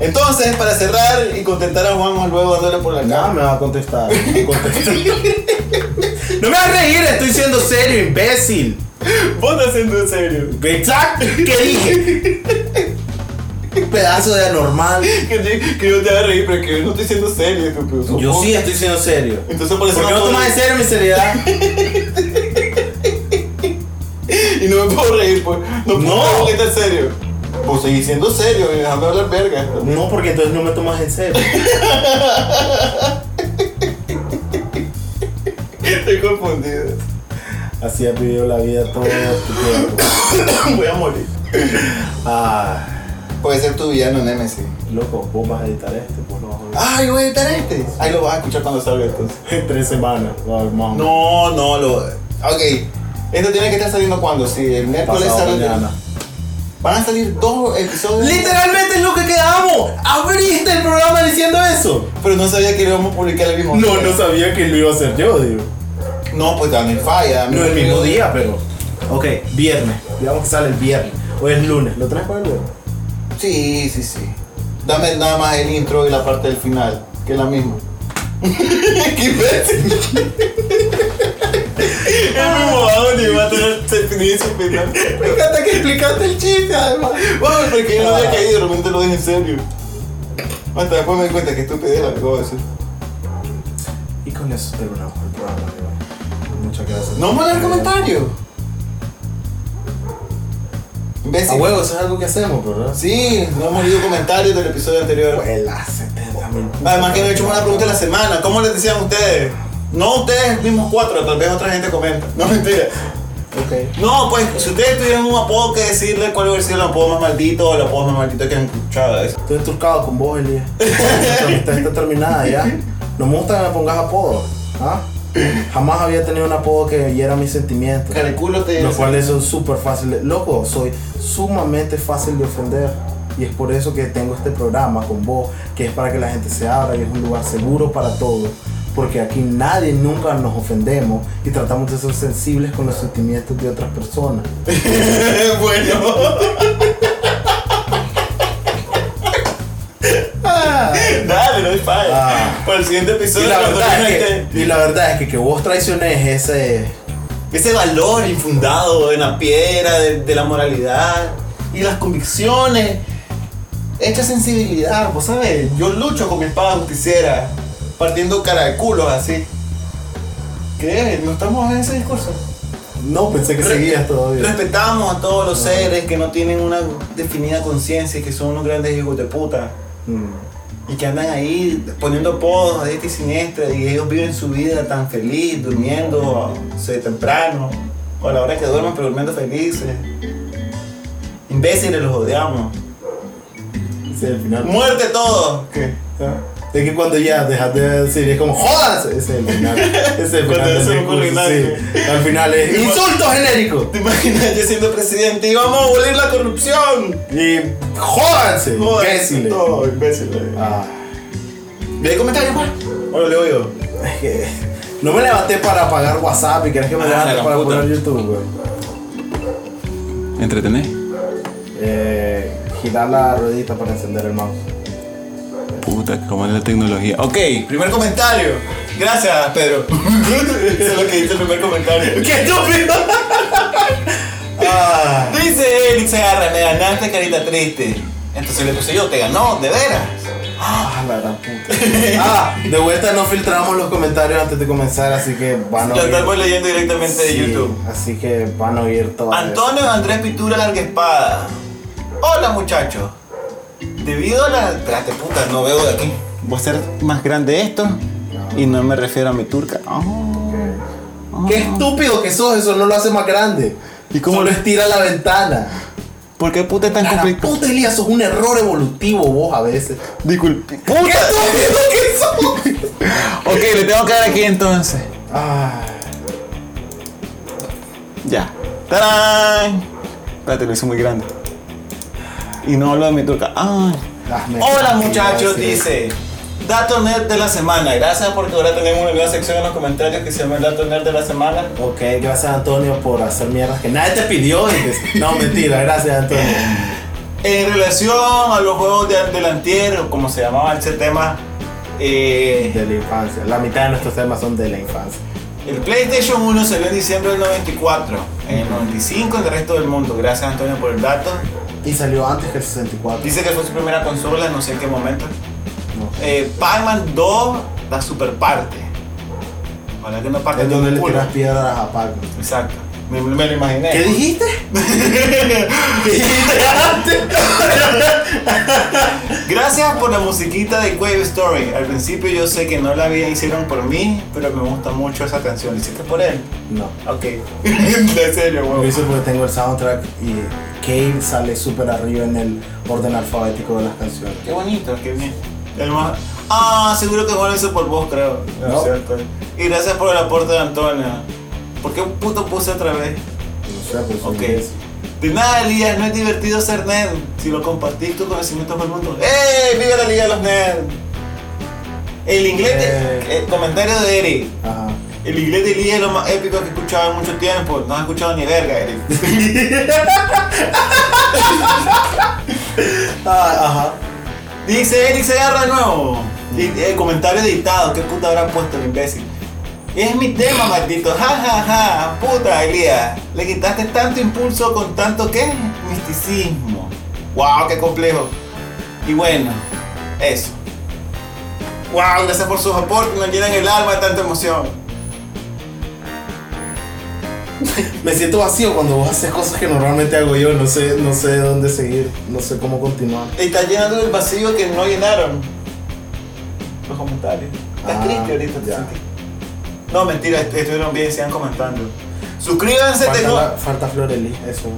B: Entonces, para cerrar y contentar a Juan luego dándole por la
A: Nada
B: cara.
A: me va a contestar. No, me contesta. No me vas a reír, estoy siendo serio, imbécil.
B: Vos estás haciendo en serio.
A: ¿Exacto? ¿Qué dije? Pedazo de anormal.
B: Que, te- que yo te voy a reír, pero que yo no estoy siendo serio, estúpido.
A: Yo
B: Supongo-
A: sí estoy siendo serio.
B: Entonces por eso
A: ¿Por qué no
B: puedo
A: tomas en serio mi seriedad?
B: reír. Y no me puedo reír, pues. No,
A: No.
B: puedo porque está serio. Pues seguí siendo serio y dejando hablar verga.
A: No, porque entonces no me tomas en serio.
B: Estoy confundido.
A: Así has vivido la vida todo este tiempo.
B: Voy a morir.
A: Ah,
B: Puede ser tu villano, Nemesis.
A: loco, vos vas a editar este, vos lo vas a editar.
B: Ay, voy a editar este. Ahí lo vas a escuchar cuando salga entonces.
A: En tres semanas, va a haber más o menos.
B: No, no, lo. Ok. Esto tiene que estar saliendo cuando? Si el miércoles
A: Pasado
B: sale.
A: mañana.
B: Van a salir dos episodios.
A: Literalmente es lo que quedamos. ¿Abriste el programa diciendo eso?
B: Pero no sabía que lo íbamos a publicar el mismo
A: No, no sabía que lo iba a hacer yo, digo.
B: No, pues también falla.
A: No el mismo día, pero. Ok, viernes. Digamos que sale el viernes. Hoy es lunes. ¿Lo traes para el lunes?
B: Sí, sí, sí. Dame nada más el intro y la parte del final, que es la misma. ¡Qué imbécil! el mismo audio va a tener definido su final. Me encanta que explicaste el chiste, además. Bueno, porque yo no había caído, de repente lo dije en serio. Hasta después me di cuenta que estupidez la que voy a decir.
A: Y con eso terminamos el programa de hoy. Muchas gracias.
B: No me el
A: Eh,
B: comentario.
A: A
B: Imbécil.
A: huevo, eso es algo que hacemos, ¿verdad?
B: Sí, no hemos leído comentarios del episodio anterior.
A: Huela, 70 mil.
B: Además que no he hecho una pregunta de la semana. ¿Cómo les decían ustedes? No ustedes mismos cuatro, tal vez otra gente comenta. No mentira.
A: Ok.
B: No, pues si ustedes tuvieran un apodo que decirle cuál hubiera sido el apodo más maldito o el apodo más maldito que han escuchado. es-
A: Estoy enturcado con vos, Elías. Nuestra amistad está terminada ya. No me gusta que me pongas apodo. ¿ah? Jamás había tenido un apodo que hiera mis sentimientos.
B: Cariculo te
A: Los cuales son súper fáciles. Loco, soy sumamente fácil de ofender. Y es por eso que tengo este programa con vos, que es para que la gente se abra y es un lugar seguro para todos. Porque aquí nadie nunca nos ofendemos y tratamos de ser sensibles con los sentimientos de otras personas.
B: bueno. Dale, no hay falla.
A: Ah.
B: Para el siguiente
A: Y
B: episodio,
A: la
B: cuando este-
A: verdad es
B: viene
A: que, y la verdad es que, que vos traiciones ese...
B: este- ese valor infundado en la piedra de, de la moralidad y las convicciones, esta sensibilidad, vos sabes, yo lucho con mi espada justiciera, partiendo cara de culos así. ¿Qué? ¿No estamos en ese discurso?
A: No, pensé que
B: Re-
A: seguías todavía.
B: Respetamos a todos los seres que no tienen una definida conciencia y que son unos grandes hijos de puta.
A: Mm.
B: Y que andan ahí poniendo podos a esta y siniestra y ellos viven su vida tan feliz, durmiendo se temprano, o a la hora que duerman, pero durmiendo felices. Imbéciles los odiamos.
A: Sí, al final.
B: ¡Muerte todos!
A: ¿Ah? Es que cuando ya dejas de decir, es como ¡Jodas! Ese es el final. Ese es el
B: Cuando
A: final.
B: no se
A: del
B: le ocurre
A: discurso,
B: nada.
A: sí. Al final es ¡Insulto genérico!
B: ¿Te imaginas yo siendo presidente y vamos a abolir la corrupción?
A: Y ¡Jódanse!
B: Joder,
A: ¡Imbéciles!
B: Todo, imbéciles.
A: Ah,
B: ¿Ve comentarios, pues? Ahora leo yo.
A: es que no me levanté para pagar WhatsApp y querés que me
C: Ah, la
A: levante
C: gran
A: para
C: puta.
A: poner YouTube, güey.
C: ¿Entretenés?
A: Eh, girar la ruedita para encender el mouse.
C: Puta, cómo es la tecnología. Ok,
B: Primer comentario. Gracias, Pedro. Eso es lo que dice el primer comentario.
A: ¡Qué estúpido! ah,
B: Dice Eric Segarra, me ganaste carita triste. Entonces le puse yo, te ganó, de veras.
A: ah, la gran puta. Ah, de vuelta no filtramos los comentarios antes de comenzar, así que van a
B: Lo
A: oír-
B: estamos pues leyendo directamente de
A: Sí,
B: YouTube.
A: Así que van a oír todo.
B: Antonio Andrés Pitura Larga Espada. Hola muchachos. Debido a la. Espérate, puta, no veo de aquí. Voy a hacer más grande esto. Y no me refiero a mi turca. Oh.
A: Qué estúpido que sos, eso no lo hace más grande.
B: Ah. ¿Y cómo
A: Solo
B: lo-
A: estira la ventana?
B: ¿Por qué puta es tan
A: La puta Elías, sos un error evolutivo vos a veces.
B: Disculpe.
A: ¡Qué estúpido que sos!
B: Ok, le tengo que dar aquí entonces.
A: Ay,
B: Ya. ¡Tarán! Espérate, lo hice muy grande. Y no hablo de mi turca. ¡Ay!
A: hazme-
B: Hola
A: qué
B: muchachos,
A: gracia.
B: dice. Dato Nerd de la semana. Gracias porque ahora tenemos una nueva sección en los comentarios que se llama el Dato Nerd de la semana.
A: Ok, gracias Antonio por hacer mierdas que nadie te pidió. y dices, No, mentira, gracias Antonio.
B: En relación a los juegos de delantero, como se llamaba ese tema, eh,
A: De la infancia. La mitad de nuestros temas son de la infancia.
B: el PlayStation 1 salió en diciembre del 94, en el 95 en el resto del mundo. Gracias Antonio por el dato.
A: Y salió antes que el 64.
B: Dice que fue su primera consola, no sé en qué momento.
A: No.
B: Eh, Pac-Man 2, la super parte. Ojalá que no parte
A: Es donde
B: un
A: le
B: culo.
A: tiras piedras a Paco.
B: Exacto. Me, me lo imaginé.
A: ¿Qué dijiste?
B: Gracias por la musiquita de Wave Story. Al principio yo sé que no la había hicieron por mí, pero me gusta mucho esa canción. ¿La hiciste por él?
A: No.
B: Ok. en serio,
A: Lo
B: weón.
A: hice porque tengo el soundtrack y Kane sale súper arriba en el orden alfabético de las canciones.
B: Qué bonito, qué bien. El más- Ah, seguro que Juan lo hizo por vos, creo.
A: No.
B: Es cierto. Y gracias por el aporte de Antonio. ¿Por qué puto puse otra vez?
A: No sé, pues
B: Ok. De nada, Elías, no es divertido ser nerd si lo compartís tus conocimientos con el mundo. ¡Ey! ¡Viva la Liga de los Nerds! El inglés, de-
A: Eh.
B: el comentario de Eric.
A: Ajá.
B: El inglés de Elías es lo más épico que he escuchado en mucho tiempo. No has escuchado ni verga, Eric.
A: Ah,
B: Dice Eric se agarra de nuevo. Y, eh, comentario editado, ¿qué puta habrá puesto el imbécil? Es mi tema, maldito. Ja, ja, ja. Puta, Elías. Le quitaste tanto impulso con tanto, ¿qué? Misticismo. Wow, qué complejo. Y bueno, eso. Wow, gracias por sus aportes. Nos llenan el alma de tanta emoción.
A: Me siento vacío cuando vos haces cosas que normalmente hago yo. No sé, no sé dónde seguir, no sé cómo continuar.
B: Está llenando el vacío que no llenaron. Los comentarios. Estás
A: Ah,
B: triste ahorita, te
A: ya.
B: sentí. No, mentira, est- estuvieron bien, sigan comentando. Suscríbanse,
A: Falta,
B: tengo.
A: la- falta Floreli, eso.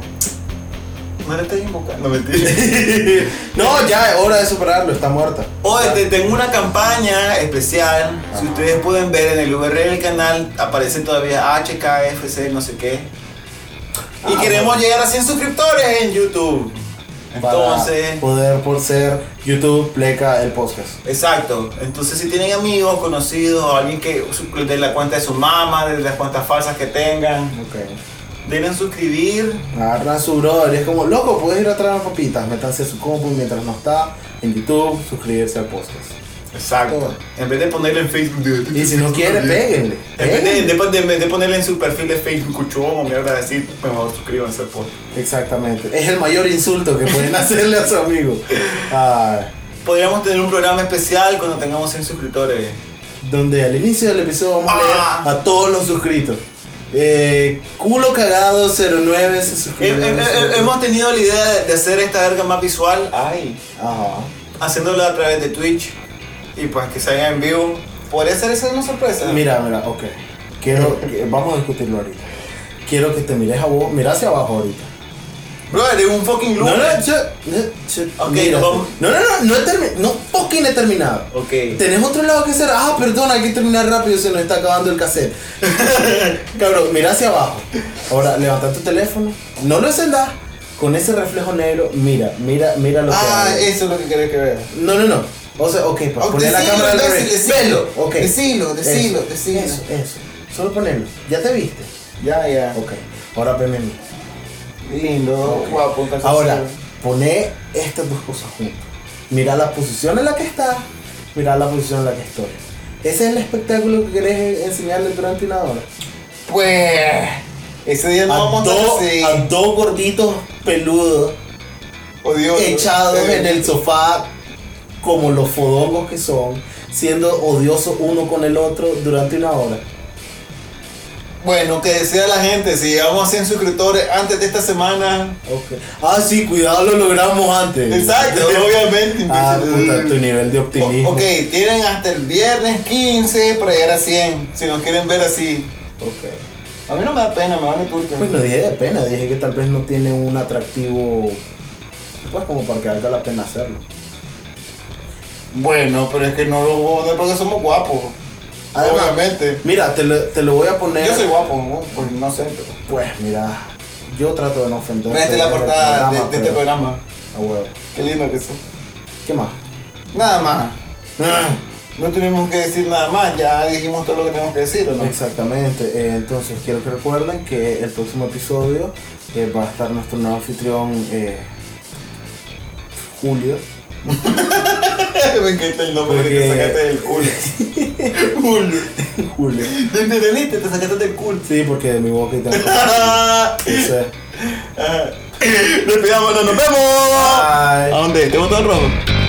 B: No le estoy invocando, mentira.
A: no, ya es hora de superarlo, está muerta.
B: Hoy te- tengo una campaña especial. Si ustedes pueden ver en el URL del canal, aparece todavía HKFC, no sé qué. Y
A: Ah,
B: queremos
A: bueno.
B: llegar a 100 suscriptores en YouTube. Entonces,
A: Para poder por ser YouTube pleca el podcast.
B: exacto. Entonces, si tienen amigos, conocidos, o alguien que su- de la cuenta de su mamá, de las cuentas falsas que tengan,
A: Ok.
B: denle suscribir.
A: Agarran su brother y es como, loco, puedes ir a traer papitas, métanse a su compu y mientras no está en YouTube, suscribirse al podcast.
B: Exacto. Oh. En vez de ponerle en Facebook. de-
A: Y si no quiere, péguenle.
B: En vez de,
A: péguenle.
B: de- de- de ponerle en su perfil de Facebook, cuchomo, mierda, decir, mejor suscríbanse al podcast.
A: Exactamente. Es el mayor insulto que pueden hacerle a su amigo. Ah,
B: Podríamos tener un programa especial cuando tengamos 100 suscriptores.
A: donde al inicio del episodio vamos a
B: Ah.
A: leer a todos los suscritos. Eh, culo cagado 09 se
B: He-
A: suscribió.
B: he- he- hemos tenido la idea de- de hacer esta verga más visual, ay,
A: Ajá.
B: haciéndola a través de Twitch y pues que salga en vivo. Podría ser esa una sorpresa.
A: Mira, mira, ok. Quiero, eh, vamos a discutirlo ahorita. Quiero que te mires a vos, mira hacia abajo ahorita.
B: Bro, eres un fucking
A: No,
B: loser.
A: no, yo, yo- yo-
B: Ok,
A: mira,
B: nos vamos.
A: no, no, no, no he terminado, no fucking he terminado.
B: Ok.
A: Tenés otro lado que hacer, ah, perdón, hay que terminar rápido, se nos está acabando el cassette. Cabrón, mira hacia abajo. Ahora, levanta tu teléfono, no lo encendás, con ese reflejo negro, mira, mira, mira lo que
B: Ah,
A: hago.
B: eso es lo que querés que vea.
A: No, no, no. O sea, ok, para
B: Oh,
A: poner la
B: decilo,
A: cámara al
B: imbécil,
A: revés.
B: decilo.
A: Velo, ok.
B: Decilo, decilo,
A: Eso,
B: decilo.
A: Eso, eso. Solo ponerlo. ¿Ya te viste?
B: Ya, ya.
A: Ok. Ahora veme a mí.
B: Lindo, guapo, calzoncillo.
A: Ahora, poné estas dos cosas juntas. Mira la posición en la que estás, mira la posición en la que estoy. Ese es el espectáculo que querés enseñarle durante una hora.
B: Pues. Ese día no
A: A
B: vamos a
A: dos,
B: estar así.
A: a dos gorditos peludos
B: Odioso.
A: echados
B: Eh,
A: en el sofá como los fodongos que son, siendo odiosos uno con el otro durante una hora.
B: Bueno, que decida la gente, si llegamos a 100 suscriptores antes de esta semana.
A: Ah, sí, cuidado, lo logramos antes.
B: Exacto, obviamente.
A: Ah, puta, tu
B: imbécil.
A: nivel de optimismo.
B: O- ok, tienen hasta el viernes 15 para llegar a 100, si nos quieren ver así.
A: Ok.
B: A mí no me da pena, me vale turca.
A: Pues no dije de pena, dije que tal vez no tiene un atractivo, pues como para que valga la pena hacerlo.
B: Bueno, pero es que no lo voy a poner porque somos guapos.
A: Además, eh,
B: Obviamente.
A: Mira, te lo, te lo voy a poner.
B: Yo soy guapo, ¿no? pues no sé. Pero...
A: Pues mira, yo trato de no ofender.
B: Véate la portada de, de este programa.
A: A ah, huevo.
B: Qué lindo que es.
A: ¿Qué más?
B: Nada más. Ah, No tuvimos que decir nada más, ya dijimos todo lo que tenemos que decir, ¿o no?
A: Exactamente, eh, entonces quiero que recuerden que el próximo episodio eh, va a estar nuestro nuevo anfitrión eh, Julio.
B: me encanta el nombre que te
A: Porque-
B: sacaste del culo. culo.
A: Julio.
B: ¿Te entendiste? Te sacaste del culo.
A: Sí, porque de mi boca y tengo. Entonces,
B: Despidámonos, nos vemos.
A: Bye. Ah.
B: Ah, ¿A dónde? ¿Te gustó el rojo?